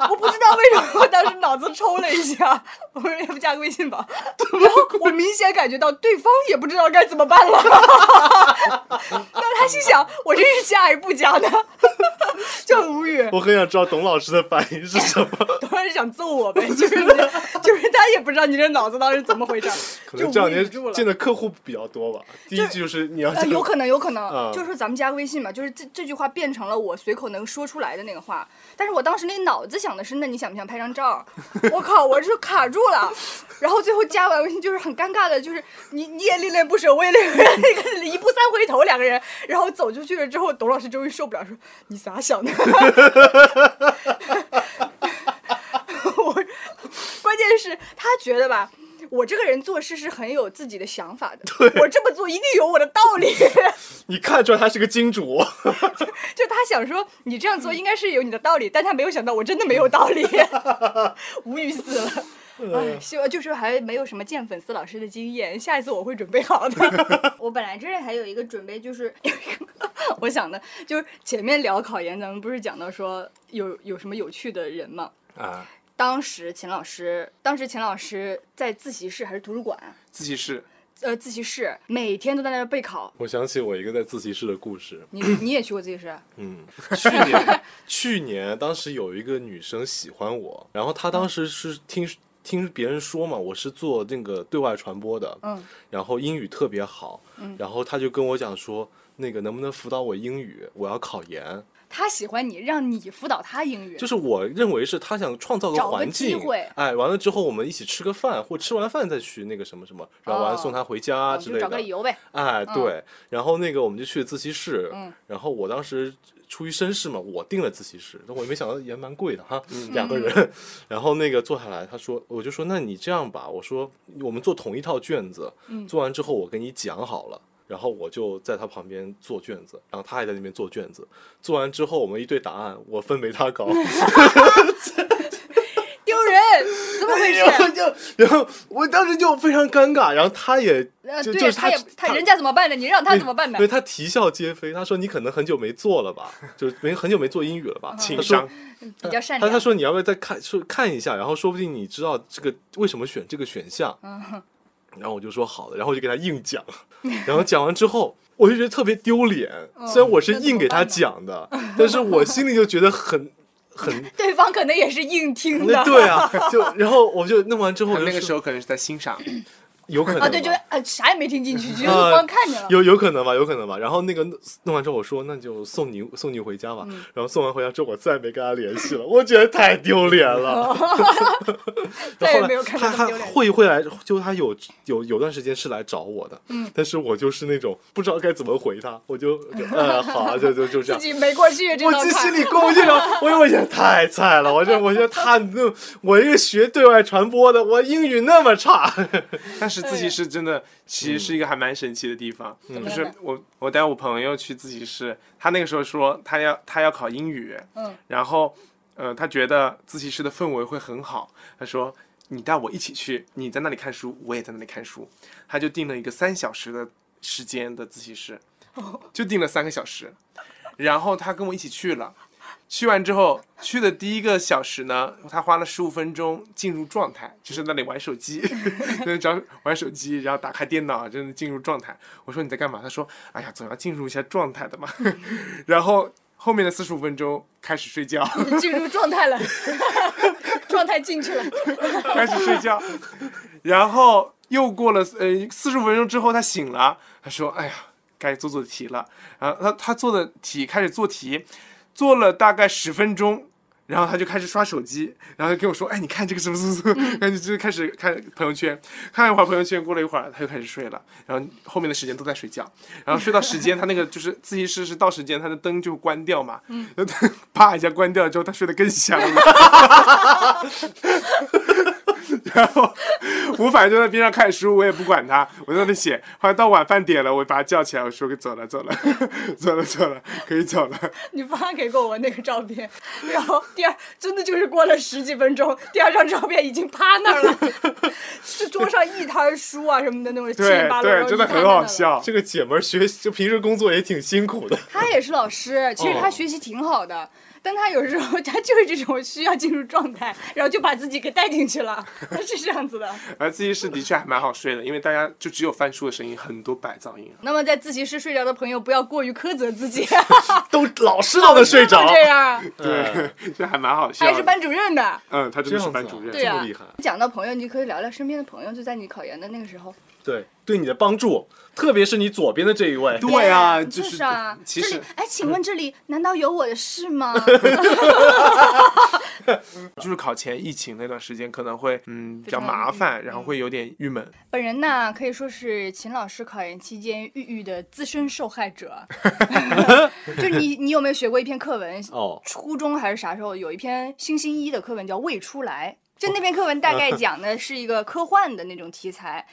我不知道为什么，我当时脑子抽了一下，我说要不加个微信吧。然后我明显感觉到对方也不知道该怎么办了。 那他心想，我这是加还是不加呢？ 就很无语。
我很想知道董老师的反应是什 么，
突然想揍我呗，就是 你就是他也不知道你这脑子当时怎么回事儿，
可
就
能这
无
两
语
年
住了。
见的客户比较多吧。第一句就是你要
呃，
这
有
个
可能，有可能，
嗯
就是说咱们加个微信吧，就是这这句话变成了我随口能说出来的那个话。但是我当时那脑子想的是，那你想不想拍张照？ 我靠，我就卡住了。然后最后加完微信就是很尴尬的，就是你你也恋恋不舍，我也恋恋那个一步三回头两个人，然后走出去了之后，董老师终于受不了，说你咋想的？ 我关键是他觉得吧。我这个人做事是很有自己的想法的，我这么做一定有我的道理。
你看出来他是个金主，
就他想说你这样做应该是有你的道理，但他没有想到我真的没有道理， 无语死了。哎，希望就是还没有什么见粉丝老师的经验，下一次我会准备好的。 我本来这里还有一个准备，就是有一个 我想的，就是前面聊考研，咱们不是讲到说有有什么有趣的人嘛？
啊，
当时秦老师，当时秦老师在自习室还是图书馆？
自习室，
呃，自习室每天都在那儿备考。
我想起我一个在自习室的故事，
你你也去过自习室？
嗯，去年去年当时有一个女生喜欢我，然后她当时是听听别人说嘛，我是做那个对外传播的，
嗯，
然后英语特别好，然后她就跟我讲说，那个能不能辅导我英语，我要考研，
他喜欢你，让你辅导他英语。
就是我认为是她想创造个
找个
环
机
境
会，
哎，完了之后我们一起吃个饭，或吃完饭再去那个什么什么，然后完了送她回家啊
嗯
之
就
类的，
找个理由呗。
哎，
嗯
对，然后那个我们就去自习室，
嗯
然后我当时出于绅士嘛，我订了自习室，但我也没想到也蛮贵的哈，
嗯
两个人，然后那个坐下来，他说，我就说那你这样吧，我说我们做同一套卷子，
嗯
做完之后我跟你讲好了。然后我就在他旁边做卷子，然后他还在那边做卷子。做完之后，我们一对答案，我分没他 高，
丢人， 怎么回
然后
事？
就，然后我当时就非常尴尬。然后他也，
呃，
就
对
就
呀，
是
他也他人家怎么办呢？你让他怎么办呢
因？为他啼笑皆非，他说你可能很久没做了吧， 就是没很久没做英语了
嗯
吧。
情
他说
商，
比较善
他他
良。
说你要不要再看说看一下，然后说不定你知道这个为什么选这个选项。
嗯
然后我就说好的，然后我就给他硬讲， 然后讲完之后。我就觉得特别丢脸，
嗯
虽然我是硬给他讲的，但是我心里就觉 得很很
对方可能也是硬听的。
对啊，就然后我就弄完之后
他
我就
那个
说
时候可能是在欣赏，
有可能
啊，对，
吧
就是呃啥也没听进去，就是
啊
光看见了。
有有可能吧，有可能吧。然后那个弄弄完之后，我说那就送你送你回家吧。
嗯
然后送完回家之后，我再也没跟他联系了，我觉得太丢 脸了。
再也
然后后
没有
来
看
他
到
他
丢脸
会会来，就他有有有段时间是来找我的，
嗯
但是我就是那种不知道该怎么回他，我就就呃好啊，就就就这
自
样。
己没过去这
我
道
这心
坎。
里过不去了，我我觉得太菜了，我这我觉得他那我一个学对外传播的，我英语那么差，
但是
哎
自习室真的其实是一个还蛮神奇的地方，
嗯么
就是
了呢
我我带我朋友去自习室，他那个时候说他要他要考英语，
嗯
然后呃他觉得自习室的氛围会很好，他说你带我一起去，你在那里看书，我也在那里看书，他就定了一个三小时的时间的自习室，
哦
就定了三个小时，然后他跟我一起去了。去完之后，去的第一个小时呢，他花了十五分钟进入状态，就是那里玩手机，就是找玩手机，然后打开电脑，真的进入状态。我说你在干嘛？他说：“哎呀，总要进入一下状态的嘛。” 然后后面的四十五分钟开始睡觉，
进入状 态了，状态进去了。
开始睡觉，然后又过了呃四十五分钟之后，他醒了，他说：“哎呀，该做做题了。”然后他他做的题开始做题，做了大概十分钟。然后他就开始刷手机，然后就跟我说：“哎，你看这个什么什么什么。”然后 就开始看朋友圈，看了一会儿朋友圈，过了一会儿他就开始睡了。然后后面的时间都在睡觉，然后睡到时间，他那个就是自习室是到时间，他的灯就关掉嘛，嗯， 啪一下关掉之后，他睡得更香了。然后 我反正就在边上看书，我也不管他，我在那里写。后来到晚饭点了，我把他叫起来，我说走了走了， 走了走了，可以走了。
你发给过我那个照片，然后第二真的就是过了十几分钟，第二张照片已经趴 那儿了，是桌上一摊书啊什么的那种七
对
零八落，然
对，
后
真的
一摊在
很
那儿
好
了。
笑。
这个姐们儿学习，就平时工作也挺辛苦的。
他也是老师，其实他
哦
学习挺好的，但他有时候他就是这种需要进入状态，然后就把自己给带进去了，他是这样子 的。
而自习室的确还蛮好睡的，因为大家就只有翻书的声音，很多白噪 音。啊
那么在自习室睡着的朋友，不要过于苛责自 己，
都老师都能睡着
老师都，这样，
哎
对，这还蛮好笑的。
还是班主任的。
嗯，他真的
这
是
样子
班
啊
主任。
对
这
啊
么厉害，
讲到朋友，你可以聊聊身边的朋友，就在你考研的那个时候。
对对你的帮助，特别是你左边的这一位，
对啊，
就是啊，
其
这
实
里哎，请问这里难道有我的事吗？
就是考前疫情那段时间可能会嗯比较
非常
麻
郁闷
烦，然后会有点郁闷。
本人呢，可以说是秦老师考研期间郁郁的资深受害者。就你，你有没有学过一篇课文？
哦，
初中还是啥时候有一篇星星一的课文叫《未出来》，就那篇课文大概讲的是一个科幻的那种题材。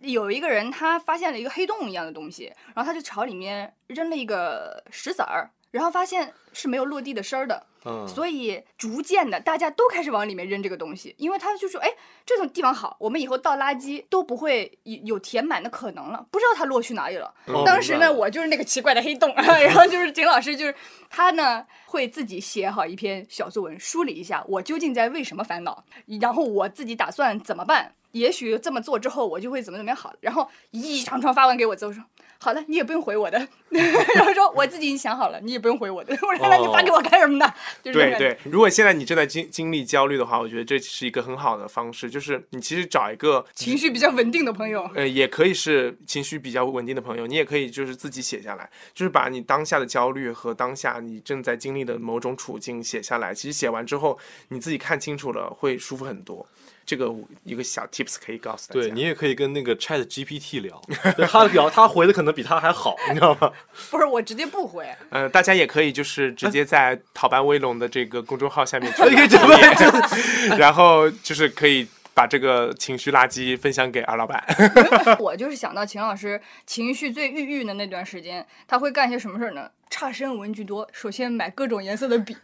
有一个人他发现了一个黑洞一样的东西，然后他就朝里面扔了一个石子儿，然后发现是没有落地的声儿的，
嗯，
所以逐渐的大家都开始往里面扔这个东西，因为他就说，哎，这种地方好，我们以后倒垃圾都不会有有填满的可能了，不知道它落去哪里了。
哦
当时
明白
呢，
了
我就是那个奇怪的黑洞，啊然后就是景老师，就是他呢会自己写好一篇小作文，梳理一下我究竟在为什么烦恼，然后我自己打算怎么办。也许这么做之后，我就会怎么怎么样好。然后一长串发完给我之后说：“好的，你也不用回我的。” 然后说：“我自己已经想好了，你也不用回我的。” 我说：“那你
哦
发给我干什么呢？”就是这种
对
感觉
对，如果现在你正在经经历焦虑的话，我觉得这是一个很好的方式，就是你其实找一个
情绪比较稳定的朋友。
呃，也可以是情绪比较稳定的朋友，你也可以就是自己写下来，就是把你当下的焦虑和当下你正在经历的某种处境写下来。其实写完之后，你自己看清楚了，会舒服很多。这个我一个小 tips 可以告诉大家。
对你也可以跟那个 Chat GPT 聊，对他聊他回的可能比他还好，你知道吗？
不是，我直接不回。
呃，大家也可以就是直接在“逃班威龙”的这个公众号下面去
可以这么
留言， 然后就是可以把这个情绪垃圾分享给二老板。
我就是想到秦老师情绪最郁郁的那段时间，他会干些什么事儿呢？差生文具多，首先买各种颜色的笔，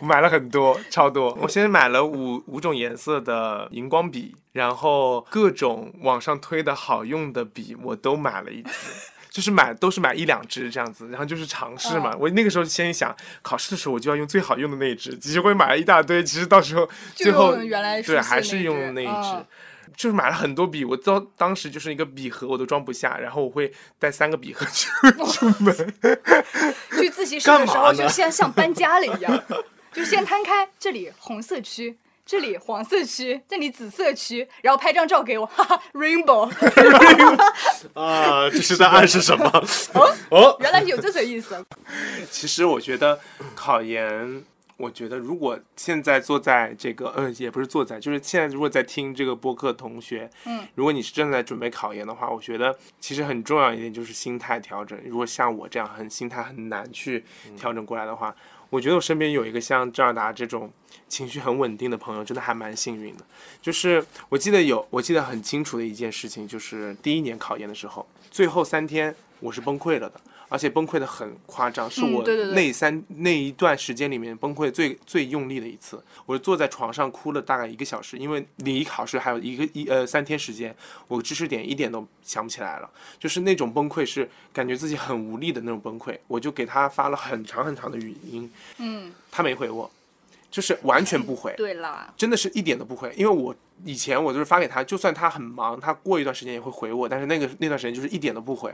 我买了很多，超多。我先买了五五种颜色的荧光笔，然后各种网上推的好用的笔我都买了一支。就是买都是买一两支这样子，然后就是尝试嘛。
嗯
我那个时候先想，考试的时候我就要用最好用的那一支，只是会买了一大堆，其实到时候
就
最后
用原来熟悉
对
的
还是用那
那
一
一
支。
支嗯
就是买了很多笔，我到当时就是一个笔盒我都装不下，然后我会带三个笔盒去出门。
去自习室的时
干嘛
候
呢
就像像搬家了一样，就先摊开，这里红色区。这里黄色区，这里紫色区，然后拍张照给我，哈哈，rainbow，
啊，这是在暗示什么？
哦，
哦，
原来有这层意思。
其实我觉得考研，我觉得如果现在坐在这个，嗯、也不是坐在，就是现在如果在听这个播客的同学，
嗯，
如果你是正在准备考研的话，我觉得其实很重要一点就是心态调整。如果像我这样很心态很难去调整过来的话，我觉得我身边有一个像赵尔达这种情绪很稳定的朋友，真的还蛮幸运的。就是我记得有，我记得很清楚的一件事情，就是第一年考研的时候，最后三天我是崩溃了的，而且崩溃的很夸张，是
嗯
我
对对对
那三那一段时间里面崩溃最最用力的一次。我坐在床上哭了大概一个小时，因为离考试还有一个一呃三天时间，我知识点一点都想不起来了，就是那种崩溃是感觉自己很无力的那种崩溃。我就给他发了很长很长的语音，
嗯，
他没回我，就是完全不回。
对啦，
真的是一点都不会，因为我以前我就是发给他，就算他很忙，他过一段时间也会回我，但是那个那段时间就是一点都不回。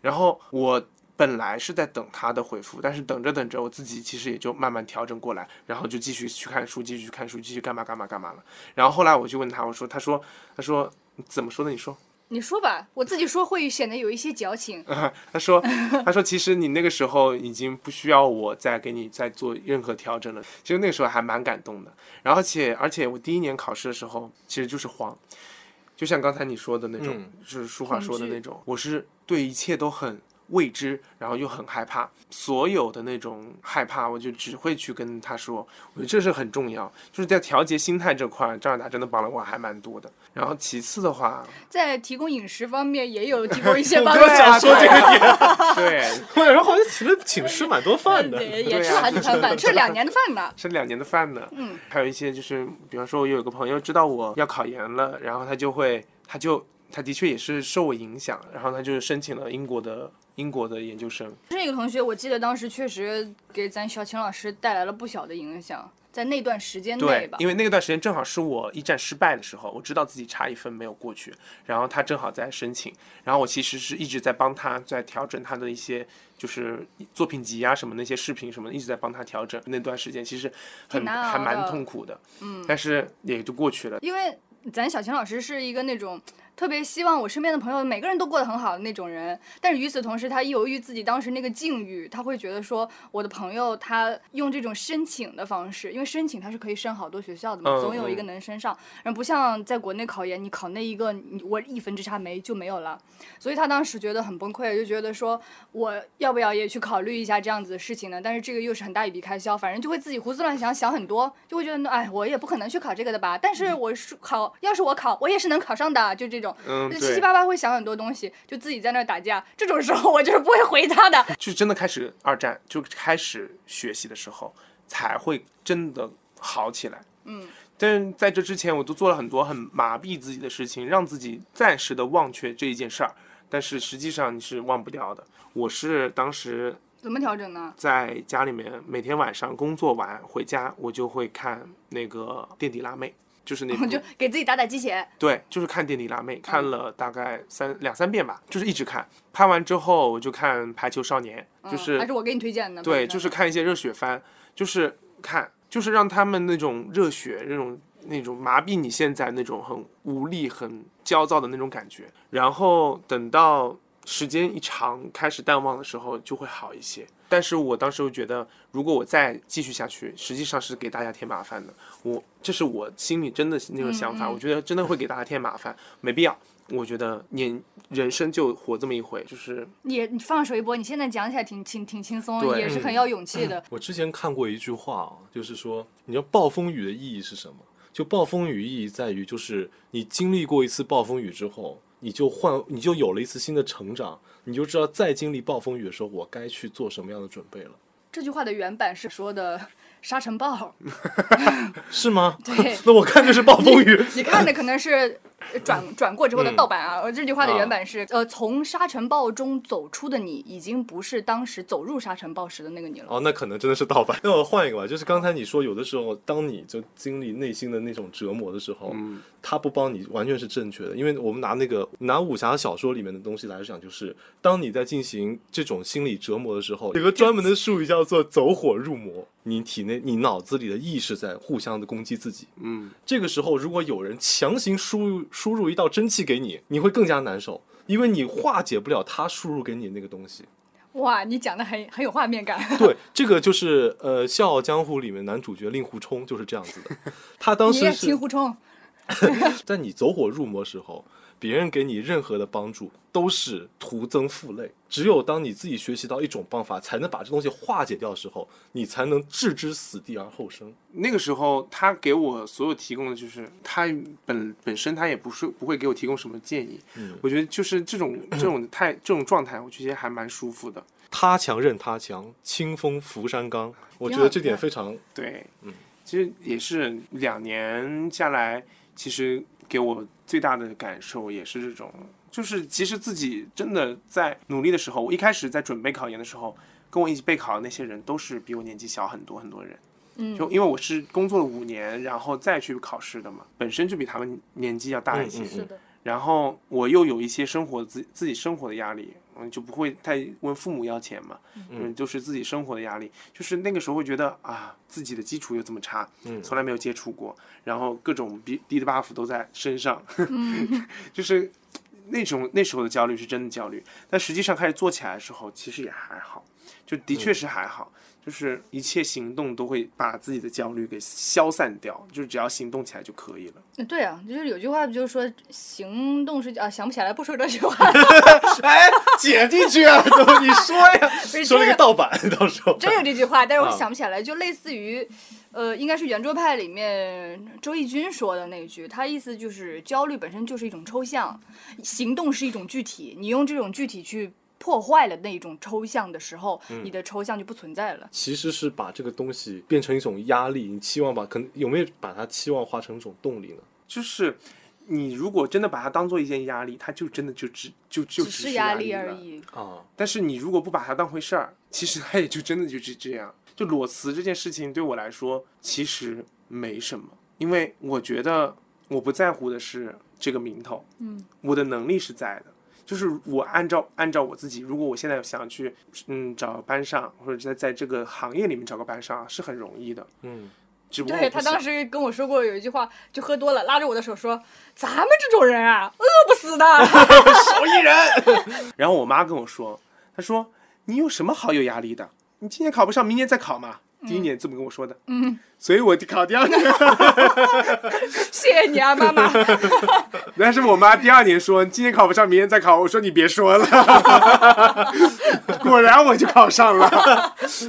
然后我本来是在等他的回复，但是等着等着，我自己其实也就慢慢调整过来，然后就继续去看书，继续去看书，继续干嘛干嘛干嘛了。然后后来我就问他，我说，他说，他说怎么说的？你说。
你说吧，我自己说会显得有一些矫情。
他说，他说其实你那个时候已经不需要我再给你再做任何调整了。其实那个时候还蛮感动的。然后且而且我第一年考试的时候，其实就是慌，就像刚才你说的那种，
嗯
就是舒华
恐
说的
惧
那种，我是对一切都很。未知，然后又很害怕，所有的那种害怕，我就只会去跟他说，我觉得这是很重要，就是在调节心态这块儿，张尔达真的帮了我还蛮多的。然后其次的话，
在提供饮食方面也有提供一些帮
我
助
刚，想啊说这个点，
对，
我想说好像请了请吃蛮多饭的。
对，也
对
吃
啊
了好几餐饭，吃了两年的饭呢。
吃了两年的饭呢。
嗯，
还有一些就是，比方说，我有个朋友知道我要考研了，然后他就会，他就他的确也是受我影响，然后他就申请了英国的英国的研究生。
这个同学，我记得当时确实给咱小秦老师带来了不小的影响，在那段时间内
对
吧，。
因为那段时间正好是我一战失败的时候，我知道自己差一分没有过去，然后他正好在申请，然后我其实是一直在帮他在调整他的一些就是作品集啊什么那些视频什么的，一直在帮他调整。那段时间其实很
挺难熬
还蛮
的
痛苦的，嗯，但是也就过去了。
因为咱小秦老师是一个那种特别希望我身边的朋友每个人都过得很好的那种人，但是与此同时，他由于自己当时那个境遇，他会觉得说我的朋友他用这种申请的方式，因为申请他是可以申好多学校的嘛，
嗯
总有一个
嗯
能申上，然后不像在国内考研，你考那一个你我一分之差没就没有了，所以他当时觉得很崩溃，就觉得说我要不要也去考虑一下这样子的事情呢？但是这个又是很大一笔开销，反正就会自己胡思乱想，想很多，就会觉得哎，我也不可能去考这个的吧。但是我是考，要是我考，我也是能考上的，就这种，
嗯，
就
对。
七七八八会想很多东西，就自己在那儿打架。这种时候我就是不会回他的。
就真的开始二战，就开始学习的时候，才会真的好起来。
嗯，
但在这之前，我都做了很多很麻痹自己的事情，让自己暂时的忘却这一件事儿。但是实际上你是忘不掉的。我是当时
怎么调整呢？
在家里面，每天晚上工作完回家，我就会看那个《垫底辣妹》，就是那
我
部
哦就给自己打打鸡血。
对，就是看《垫底辣妹》，看了大概三两三遍吧，就是一直看。拍完之后，我就看《排球少年》，
嗯
就是
还是我给你推荐的。
对，就是
看。
看一些热血番，就是看，就是让他们那种热血、那种那种麻痹你现在那种很无力、很焦躁的那种感觉。然后等到时间一长，开始淡忘的时候，就会好一些。但是我当时又觉得，如果我再继续下去，实际上是给大家添麻烦的。我这是我心里真的那种想法，我觉得真的会给大家添麻烦，没必要。我觉得你人生就活这么一回，就是
也你放手一搏，你现在讲起来挺挺挺轻松，
对嗯
也是很要勇气的。
我之前看过一句话啊，就是说，你知道暴风雨的意义是什么？就暴风雨意义在于，就是你经历过一次暴风雨之后，你就换，你就有了一次新的成长，你就知道再经历暴风雨的时候，我该去做什么样的准备了，
这句话的原版是说的 沙尘暴，
是吗？
对
那我看就是暴风雨。
你看的可能是呃转
嗯
转过之后的盗版啊。呃这句话的原版是，呃，从沙尘暴中走出的你，已经不是当时走入沙尘暴时的那个你了。
哦，那可能真的是盗版。那我换一个吧，就是刚才你说，有的时候当你就经历内心的那种折磨的时候，他不帮你完全是正确的，因为我们拿那个拿武侠小说里面的东西来讲，就是当你在进行这种心理折磨的时候，有个专门的术语叫做走火入魔，你体内你脑子里的意识在互相的攻击自己。
嗯，
这个时候如果有人强行输入输入一道真气给你，你会更加难受。因为你化解不了他输入给你的那个东西，
哇，你讲的很很有画面感。
对，这个就是呃，《笑傲江湖》里面男主角令狐冲就是这样子的。他当
你也
时
听
是
胡冲，
在你走火入魔时候，别人给你任何的帮助都是徒增负累。只有当你自己学习到一种办法，才能把这东西化解掉的时候，你才能置之死地而后生。
那个时候，他给我所有提供的就是他本本身他也不是不会给我提供什么建议，
嗯
我觉得就是这种这种态这种状态，我觉得还蛮舒服的。
他强任他强，清风拂山岗。我
挺
觉
好
得这
的
点非常
对，
嗯
其实也是两年下来，其实给我最大的感受也是这种，就是其实自己真的在努力的时候，我一开始在准备考研的时候，跟我一起备考的那些人都是比我年纪小很多很多人。
嗯
就因为我是工作了五年，然后再去考试的嘛，本身就比他们年纪要大一些，
嗯嗯嗯
的，
然后我又有一些生活自自己生活的压力，嗯，就不会太问父母要钱嘛，嗯，就是自己生活的压力，就是那个时候会觉得啊，自己的基础又这么差，
嗯
从来没有接触过，然后各种 B D 的 buff 都在身上， 就是那种那时候的焦虑是真的焦虑，但实际上开始做起来的时候，其实也还好，就的确是还好，就是一切行动都会把自己的焦虑给消散掉，就是只要行动起来就可以了。
嗯对啊，就是有句话不就是说行动是啊，想不起来不说这句话，
哎，剪进去啊，都你说 呀，
是
说了个盗版，到时候
真有这句话，但是我
啊
想不起来，就类似于，呃，应该是圆桌派里面周轶君说的那句，他意思就是焦虑本身就是一种抽象，行动是一种具体，你用这种具体去破坏了那一种抽象的时候，
嗯
你的抽象就不存在了。
其实是把这个东西变成一种压力，你期望把可能有没有把它期望化成一种动力呢？
就是你如果真的把它当做一件压力，它就真的就只就就
只
是
是
压
力而
了。
已，
啊，
但是你如果不把它当回事儿，其实它也就真的就是这样。就裸辞这件事情对我来说其实没什么，因为我觉得我不在乎的是这个名头，
嗯，
我的能力是在的。就是我按照按照我自己，如果我现在想去嗯找班上，或者在在这个行业里面找个班上是很容易的，
嗯，
只不过
对
我不
他当
想
时跟我说过有一句话，就喝多了拉着我的手说：“咱们这种人啊，饿不死的。
手艺人。 然后我妈跟我说，她说你有什么好有压力的？你今年考不上，明年再考嘛。第一年这么跟我说的，嗯，所以我就考第二年。”
谢谢你啊，妈妈。
但是我妈第二年说今年考不上，明年再考。我说你别说了， 果然我就考上了。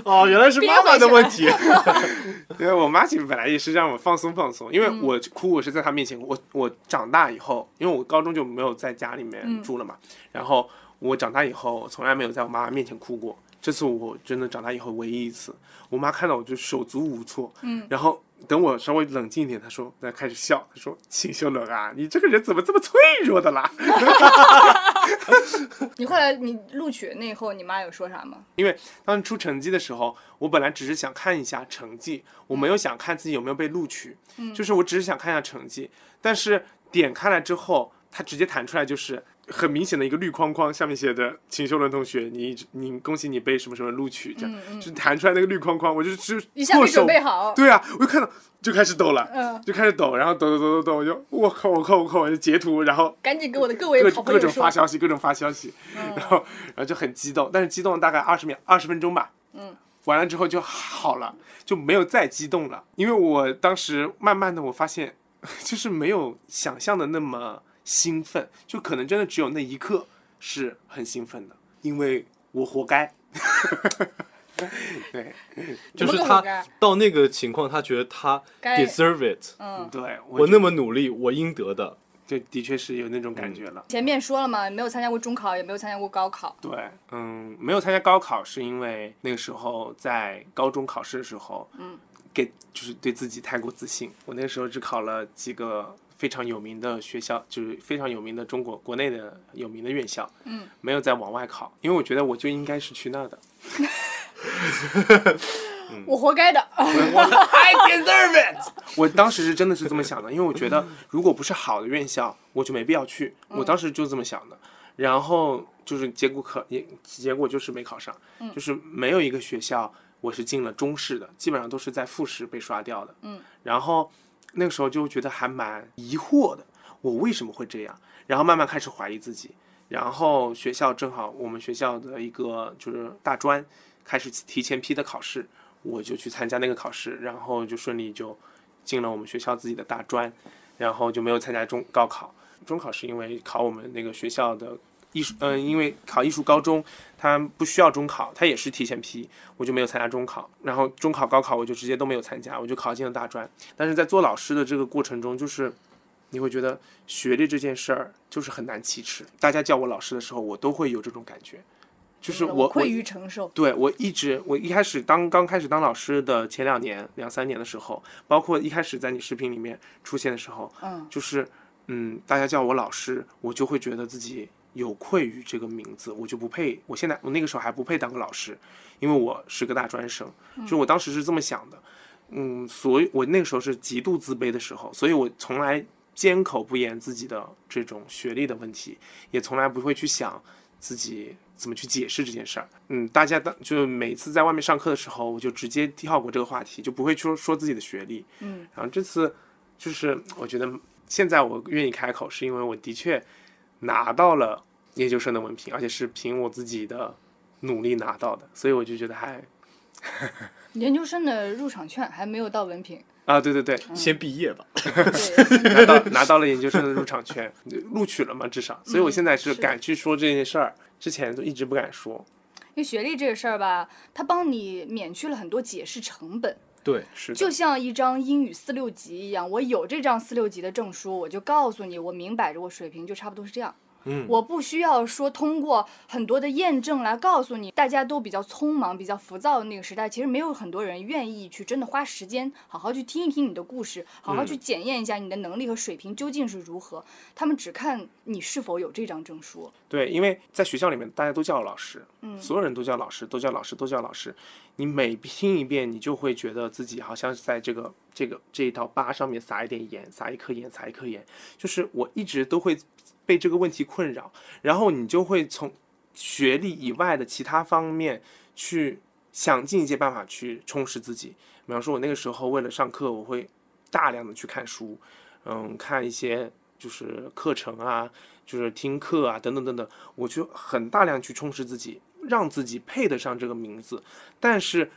哦，原来是妈妈的问 题。
因为我妈其实本来也是让我放松放松，因为我
嗯
哭我是在她面前哭，我我长大以后，因为我高中就没有在家里
嗯
面住了嘛，然后我长大以后我从来没有在我妈面前哭过，这次我真的长大以后唯一一次，我妈看到我就手足无措，嗯，然后等我稍微冷静一点，她说，她开始笑，她说，秦秀伦啊，你这个人怎么这么脆弱的啦？
你后来你录取那以后，你妈有说啥吗？
因为当时出成绩的时候，我本来只是想看一下成绩，我没有想看自己有没有被录取，
嗯
就是我只是想看一下成绩。但是点开来之后，它直接弹出来就是很明显的一个绿框框，下面写着“秦秀伦同学，你你恭喜你被什么什么录取”，这样、就弹出来那个绿框框，我就就
嗯一下
剁
没
手
准备好。
对啊，我就看到就开始抖了，
嗯
就开始抖，然后抖抖抖抖抖，我就我靠我靠我靠，我就截图，然后
赶紧给我的各位
各
好朋
各
友
种
说嗯
发，消息，各种发消息，然后然后就很激动，但是激动了大概二十秒二十分钟吧，
嗯，
完了之后就好了，就没有再激动了，因为我当时慢慢的我发现， 就是没有想象的那么兴奋，就可能真的只有那一刻是很兴奋的，因为我活该，对
就是
怎么个活
他
该
到那个情况，他觉得他
该
deserve it，
嗯，
对，我
我
就
那么努力，我应得的。
就的确是有那种感觉了。
前面说了嘛，没有参加过中考，也没有参加过高考。
对，嗯，没有参加高考是因为那个时候在高中考试的时候，
嗯，
给就是对自己太过自信。我那时候只考了几个非常有名的学校，就是非常有名的中国国内的有名的院校，
嗯，
没有再往外考，因为我觉得我就应该是去那儿的。嗯
我活该的。
I deserve it。
我当时是真的是这么想的，因为我觉得如果不是好的院校，我就没必要去。我当时就这么想的，然后就是结果可也结果就是没考上，就是没有一个学校我是进了中试的，基本上都是在复试被刷掉的。
嗯，
然后那个时候就觉得还蛮疑惑的，我为什么会这样？然后慢慢开始怀疑自己。然后学校正好我们学校的一个就是大专开始提前批的考试，我就去参加那个考试，然后就顺利就进了我们学校自己的大专，然后就没有参加中高考。中考是因为考我们那个学校的艺术，嗯、因为考艺术高中，它不需要中考，它也是提前批，我就没有参加中考。然后中考、高考我就直接都没有参加，我就考进了大专。但是在做老师的这个过程中，就是你会觉得学历这件事儿就是很难启齿。大家叫我老师的时候，我都会有这种感觉，就是我我
愧于承受。
对我一直，我一开始当刚开始当老师的前两年、两三年的时候，包括一开始在你视频里面出现的时候，
嗯，
就是嗯，大家叫我老师，我就会觉得自己有愧于这个名字，我就不配。我现在我那个时候还不配当个老师，因为我是个大专生，
嗯
就我当时是这么想的，嗯，所以我那个时候是极度自卑的时候，所以我从来缄口不言自己的这种学历的问题，也从来不会去想自己怎么去解释这件事儿。嗯，大家当就每次在外面上课的时候，我就直接跳过这个话题，就不会去说说自己的学历。
嗯，
然后这次就是我觉得现在我愿意开口，是因为我的确拿到了研究生的文凭，而且是凭我自己的努力拿到的，所以我就觉得还
研究生的入场券还没有到文 凭，
啊，对对对，
先毕业吧。
对，
拿到拿到了研究生的入场券，录取了嘛，至少，所以我现在是
是
敢去说这件事儿，之前都一直不敢说。
因为学历这个事儿吧，它帮你免去了很多解释成本。
对，
是的，
就像一张英语四六级一样，我有这张四六级的证书，我就告诉你，我明摆着我水平就差不多是这样。
嗯
我不需要说通过很多的验证来告诉你，大家都比较匆忙、比较浮躁的那个时代，其实没有很多人愿意去真的花时间好好去听一听你的故事，好
嗯
好去检验一下你的能力和水平究竟是如何。他们只看你是否有这张证书。
对，因为在学校里面大家都叫老师，
嗯
所有人都叫老师，都叫老师，都叫老师。你每听一遍，你就会觉得自己好像是在这个这个这一道疤上面撒一点盐，撒一颗盐，撒一颗盐。就是我一直都会被这个问题困扰，然后你就会从学历以外的其他方面去想尽一些办法去充实自己。比方说，我那个时候为了上课，我会大量的去看书，嗯，看一些就是课程啊，就是听课啊，等等等等，我就很大量去充实自己，让自己配得上这个名字。但是，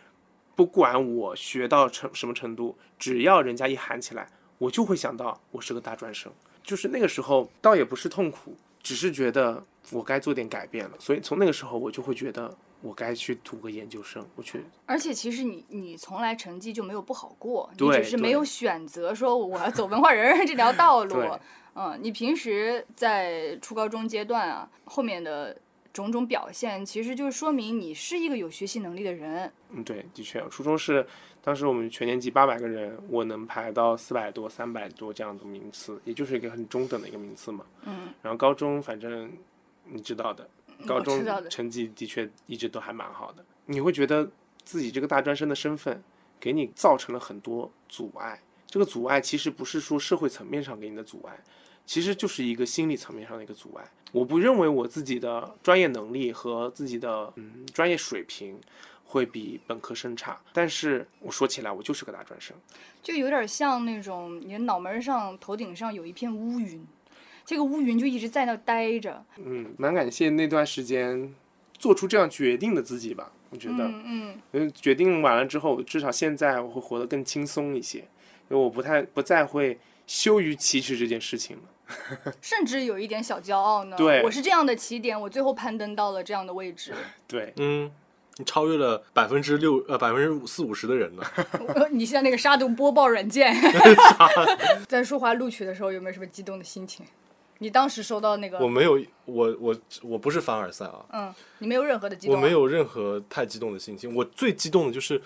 不管我学到成什么程度，只要人家一喊起来，我就会想到我是个大专生。就是那个时候，倒也不是痛苦，只是觉得我该做点改变了。所以从那个时候，我就会觉得我该去读个研究生，我去
而且其实你你从来成绩就没有不好过，你
对
只是
对
没有选择说我要走文化人儿这条道路
对。
嗯，你平时在初高中阶段啊，后面的种种表现，其实就是说明你是一个有学习能力的人。
嗯，对，的确，初中是当时我们全年级八百个人，我能排到四百多、三百多这样的名次，也就是一个很中等的一个名次嘛。
嗯。
然后高中反正你知道的，高
我知
中
道的
成绩的确一直都还蛮好的。你会觉得自己这个大专生的身份给你造成了很多阻碍，这个阻碍其实不是说社会层面上给你的阻碍，其实就是一个心理层面上的一个阻碍。我不认为我自己的专业能力和自己的嗯专业水平会比本科生差，但是我说起来，我就是个大专生。
就有点像那种你的脑门儿上、头顶上有一片乌云，这个乌云就一直在那儿待着。
嗯，蛮感谢那段时间做出这样决定的自己吧，我觉得，
嗯嗯，
嗯，决定完了之后，至少现在我会活得更轻松一些，因为我不太不再会羞于启齿这件事情了。
甚至有一点小骄傲呢。
对
我是这样的起点，我最后攀登到了这样的位置。
对，
嗯，你超越了百分之六呃百分之四五十的人了。
呃你现在那个杀毒播报软件， 在舒华录取的时候有没有什么激动的心情？你当时收到那个
我，没有，我我我不是凡尔赛啊，
嗯，你没有任何的激
我
动，
没，有任何太激动的心情。我最激动的就是，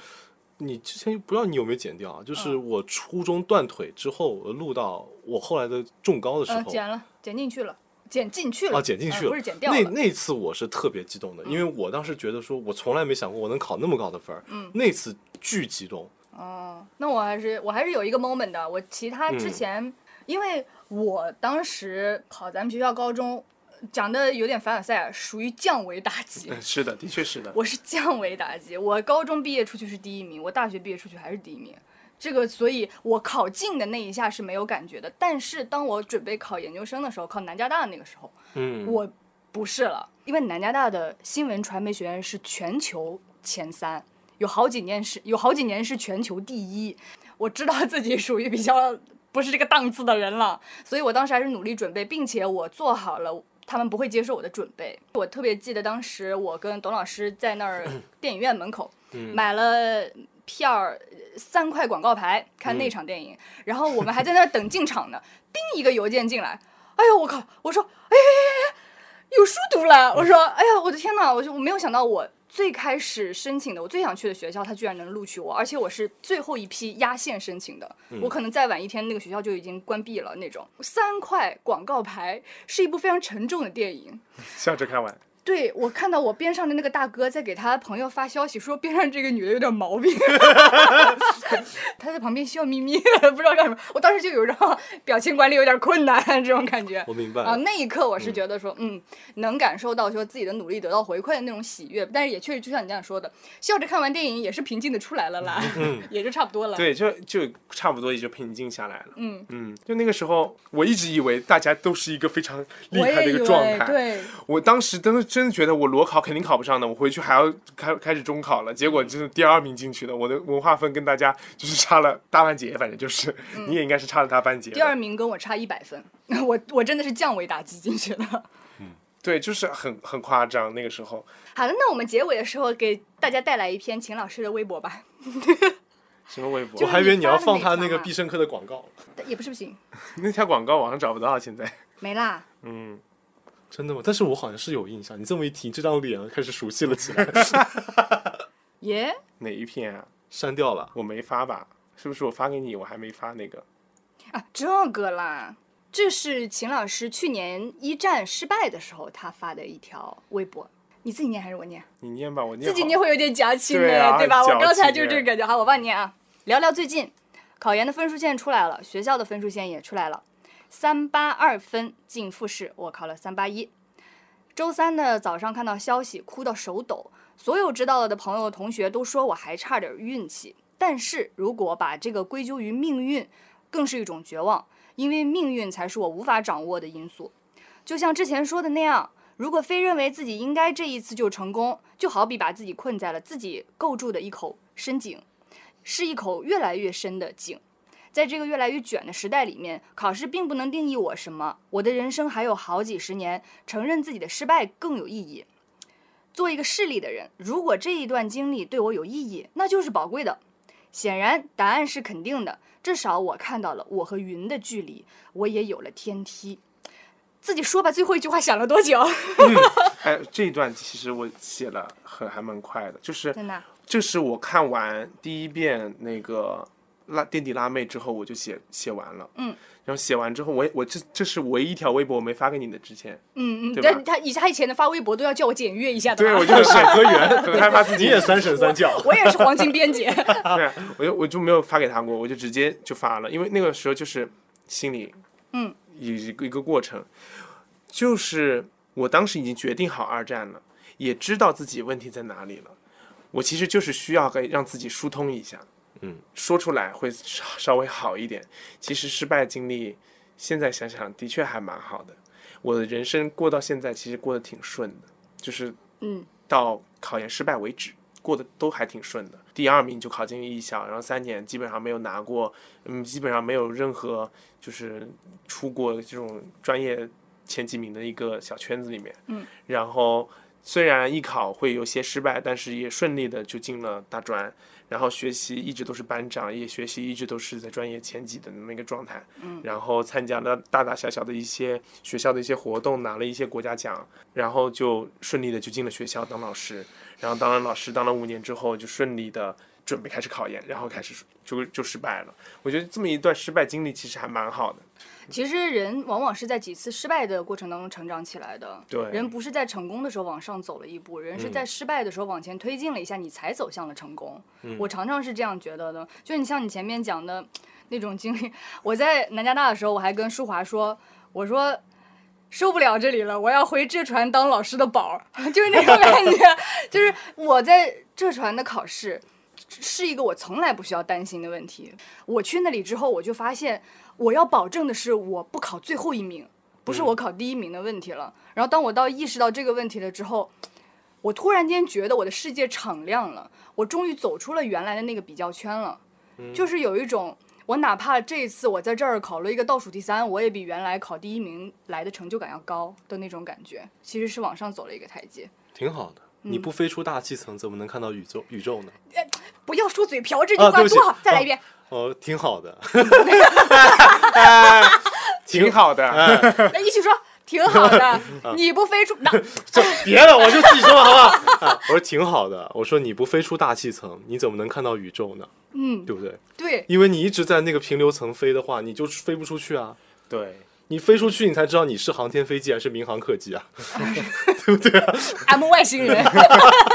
你之前不知道你有没有剪
嗯
掉啊？就是我初中断腿之后，我录到我后来的中高的时
嗯，
候，
剪了，剪进去了，剪进去了，
哦，剪进去
呃
了，
不是剪掉
那
了，嗯
那次我是特别激动的，因为我当时觉得说，我从来没想过我能考那么高的分儿。
嗯
那次巨激动。
哦，那我还是我还是有一个 moment 的，我其他之
嗯
前，因为我当时考咱们学校高中，讲的有点凡尔赛，啊，属于降维打击，
嗯，是的，的确是的。
我是降维打击，我高中毕业出去是第一名，我大学毕业出去还是第一名。这个，所以我考进的那一下是没有感觉的，但是当我准备考研究生的时候，考南加大的那个时候，
嗯，
我不是了，因为南加大的新闻传媒学院是全球前三，有好几年是有好几年是全球第一。我知道自己属于比较不是这个档次的人了，所以我当时还是努力准备，并且我做好了。他们不会接受我的准备。我特别记得当时我跟董老师在那儿电影院门口、买了票儿，三块广告牌看那场电影，然后我们还在那儿等进场呢。叮一个邮件进来，哎呦我靠！我说有书读了。我说，哎呀，我的天呐，我就我没有想到我。最开始申请的，我最想去的学校，他居然能录取我，而且我是最后一批压线申请的，我可能再晚一天，那个学校就已经关闭了那种。三块广告牌是一部非常沉重的电影，
笑着看完，
对我看到我边上的那个大哥在给他朋友发消息，说边上这个女的有点毛病， 他在旁边笑眯 眯，不知道干什么。我当时就有一种 表情管理有点困难这种感觉。
我明白
呃
啊，
了，
那一刻我是觉得说，嗯，能感受到说自己的努力得到回馈的那种喜悦，但是也确实就像你这样说的，笑着看完电影也是平静的出来了啦，也就差不多了。
嗯对，就就差不多也就平静下来了。
嗯，
嗯，就那个时候，我一直以为大家都是一个非常厉
我
害的
也
一
以
个状
为
态。
对，
我当时真的真的觉得我裸考肯定考不上的，我回去还要开开始中考了，结
嗯
果就是第二名进去的，我的文化分跟大家就是差了大半截，反正就是、你也应该是差了大半截的。
嗯第二名跟我差一百分， 我我真的是降维打击进去了。
对，就是很很夸张那个时候。
好的，那我们结尾的时候给大家带来一篇秦老师的微博吧，
什么微博？
就
我
是
还以为
你
你
发
要
的
放
那啊
他
条
那个
嘛
必胜客的广告，
也不是不行，
那条广告网上找不到，现在。
没啦。
嗯，
真的吗？但是我好像是有印象，你这么一提，这张脸开始熟悉了 起来，
耶、
哪一篇啊？
删掉了。
我没发吧？是不是我发给你，我还没发那个？
啊，这个啦，这是秦老师去年一战失败的时候他发的一条微博。你自己念还是我念？
你念吧，我念好。
自己念会有点矫情
对
的，
啊
吧？我
矫
刚才
情
就是这个感觉。好，我帮你念啊。聊聊最近，考研的分数线出来了，学校的分数线也出来了。三八二分进复试，我考了三八一。周三的早上看到消息，哭到手抖。所有知道的朋友、同学都说我还差点运气，但是如果把这个归咎于命运，更是一种绝望，因为命运才是我无法掌握的因素。就像之前说的那样，如果非认为自己应该这一次就成功，就好比把自己困在了自己构筑的一口深井，是一口越来越深的井。在这个越来越卷的时代里面，考试并不能定义我什么，我的人生还有好几十年，承认自己的失败更有意义。做一个势利的人，如果这一段经历对我有意义，那就是宝贵的。显然，答案是肯定的，至少我看到了我和云的距离，我也有了天梯。自己说吧，最后一句话想了多久？
哎，这一段其实我写了很还蛮快的，就是
真的，啊
这是我看完第一遍那个拉垫底辣妹之后，我就写写完了。
嗯，
然后写完之后，我也我这这是唯一一条微博我没发给你的之前，
嗯嗯，
对吧
但他以他以前的发微博都要叫我检阅一下的
对
嘛。
我就是审核员， 很害怕自
你
己
也三审三教，
我也是黄金编辑，
对 啊，我就我就没有发给他过，我就直接就发了，因为那个时候就是心里
嗯
一个一个过程，就是我当时已经决定好二战了，也知道自己问题在哪里了，我其实就是需要给让自己疏通一下，
嗯，
说出来会稍稍微好一点。其实失败经历，现在想想的确还蛮好的，我的人生过到现在其实过得挺顺的，就是
嗯，
到考研失败为止，过得都还挺顺的。第二名就考进艺校，然后三年基本上没有拿过，嗯，基本上没有任何就是出过这种专业前几名的一个小圈子里面。
嗯，
然后虽然艺考会有些失败，但是也顺利的就进了大专。然后学习一直都是班长，也学习一直都是在专业前几的那么一个状态。
嗯
然后参加了大大小小的一些学校的一些活动，拿了一些国家奖，然后就顺利的就进了学校当老师。然后当了老师，当了五年之后，就顺利的准备开始考研，然后开始就就失败了。我觉得这么一段失败经历其实还蛮好的。
其实人往往是在几次失败的过程当中成长起来的。
对
人不是在成功的时候往上走了一步，人是在失败的时候往前推进了一下，你才走向了成功。我常常是这样觉得的。就你像你前面讲的那种经历，我在南加大的时候，我还跟舒华说，我说。受不了这里了，我要回浙传当老师的宝儿， 就是那种感觉。 就是我在浙传的考试是一个我从来不需要担心的问题。我去那里之后，我就发现我要保证的是我不考最后一名，不
嗯
是我考第一名的问题了。然后当我到意识到这个问题了之后，我突然间觉得我的世界敞亮了，我终于走出了原来的那个比较圈了，
嗯
就是有一种。我哪怕这一次我在这儿考了一个倒数第三，我也比原来考第一名来的成就感要高的那种感觉，其实是往上走了一个台阶。
挺好的。
嗯
你不飞出大气层，怎么能看到宇宙宇宙呢？
不要说嘴瓢这句
啊
话
对不起
多好，再来一
啊
遍。
哦，挺好的，
挺好的，
来一起说，挺好
啊
的。你不飞出那，
这别了，我就自己说了，好不好？ 啊我说挺好的，我说你不飞出大气层，你怎么能看到宇宙呢？
嗯，
对不对？
对，
因为你一直在那个平流层飞的话，你就飞不出去啊。
对，
你飞出去，你才知道你是航天飞机还是民航客机啊， 对不对啊？
，I'm 外星人。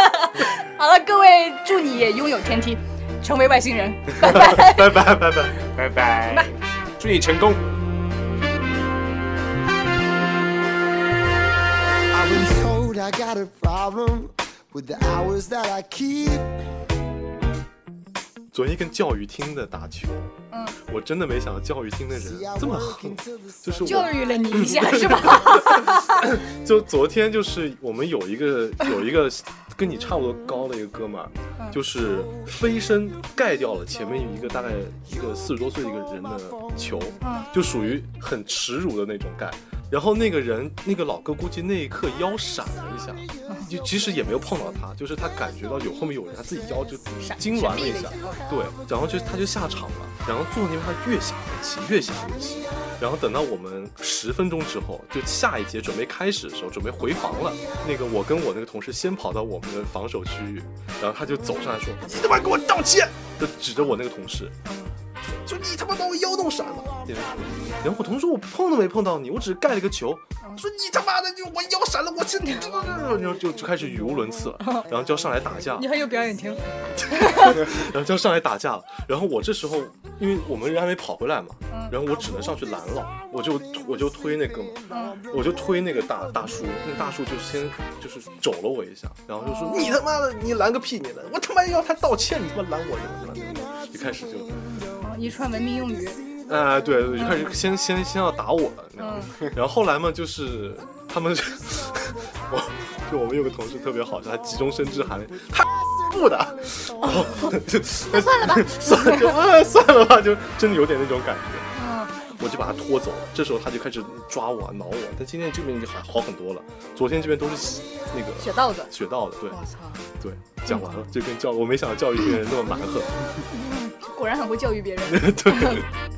好了，各位，祝你也拥有天梯，成为外星人。
拜拜拜拜。
拜拜，祝你成功。
I've been told I got a problem with the hours that I keep.
昨天跟教育厅的打球，
嗯，
我真的没想到教育厅的人
See, I
这么
work
横。
until the
就是我
sun
教育了你一下是吧？
就昨天就是我们有一个有一个跟你差不多高的一个哥们儿，就是飞身盖掉了前面有一个大概一个四十多岁的一个人的球，
嗯
就属于很耻辱的那种盖。然后那个人，那个老哥估计那一刻腰闪了一下，就其实也没有碰到他，就是他感觉到有后面有人，他自己腰就痉挛了一下，对，然后就他就下场了，然后坐那边他越想越气，越想越气，然后等到我们十分钟之后，就下一节准备开始的时候，准备回防了，那个我跟我那个同事先跑到我们的防守区域，然后他就走上来说：“你他妈给我道歉！”就指着我那个同事，就你他妈把我腰弄闪了。然后我同事说我碰都没碰到你，我只是盖了一个球。嗯说你他妈的就我腰闪了，我嗯这这这这，然后就就开始语无伦次了，然后就要上来打架。
你很有表演天赋。
然后就要上来打架了。然后我这时候，因为我们人还没跑回来嘛，然后我只能上去拦了，我就我就推那哥们儿，我就推那个大大叔，那个大叔就先就是肘了我一下，然后就说你他妈的你拦个屁你拦，我他妈要他道歉，你他妈拦我什么什么，一开始就。
一串文明用语，
啊、对对，就开始先先先要打我了，你知道吗？然后后来嘛，就是 他们，我就我们有个同事特别好笑，他急中生智喊了他不的，然 后就哦那算了吧，算了就啊算了吧，就真的有点那种感觉。
嗯，
我就把他拖走了，这时候他就开始抓我、挠我。但今天这边就还好很多了，昨天这边都是那个
雪道子。
雪道的，对
我操，
对，讲完了，就跟教我没想到教育这个人那么蛮横。
果然很会教育别人。
对。
Oh, Oh,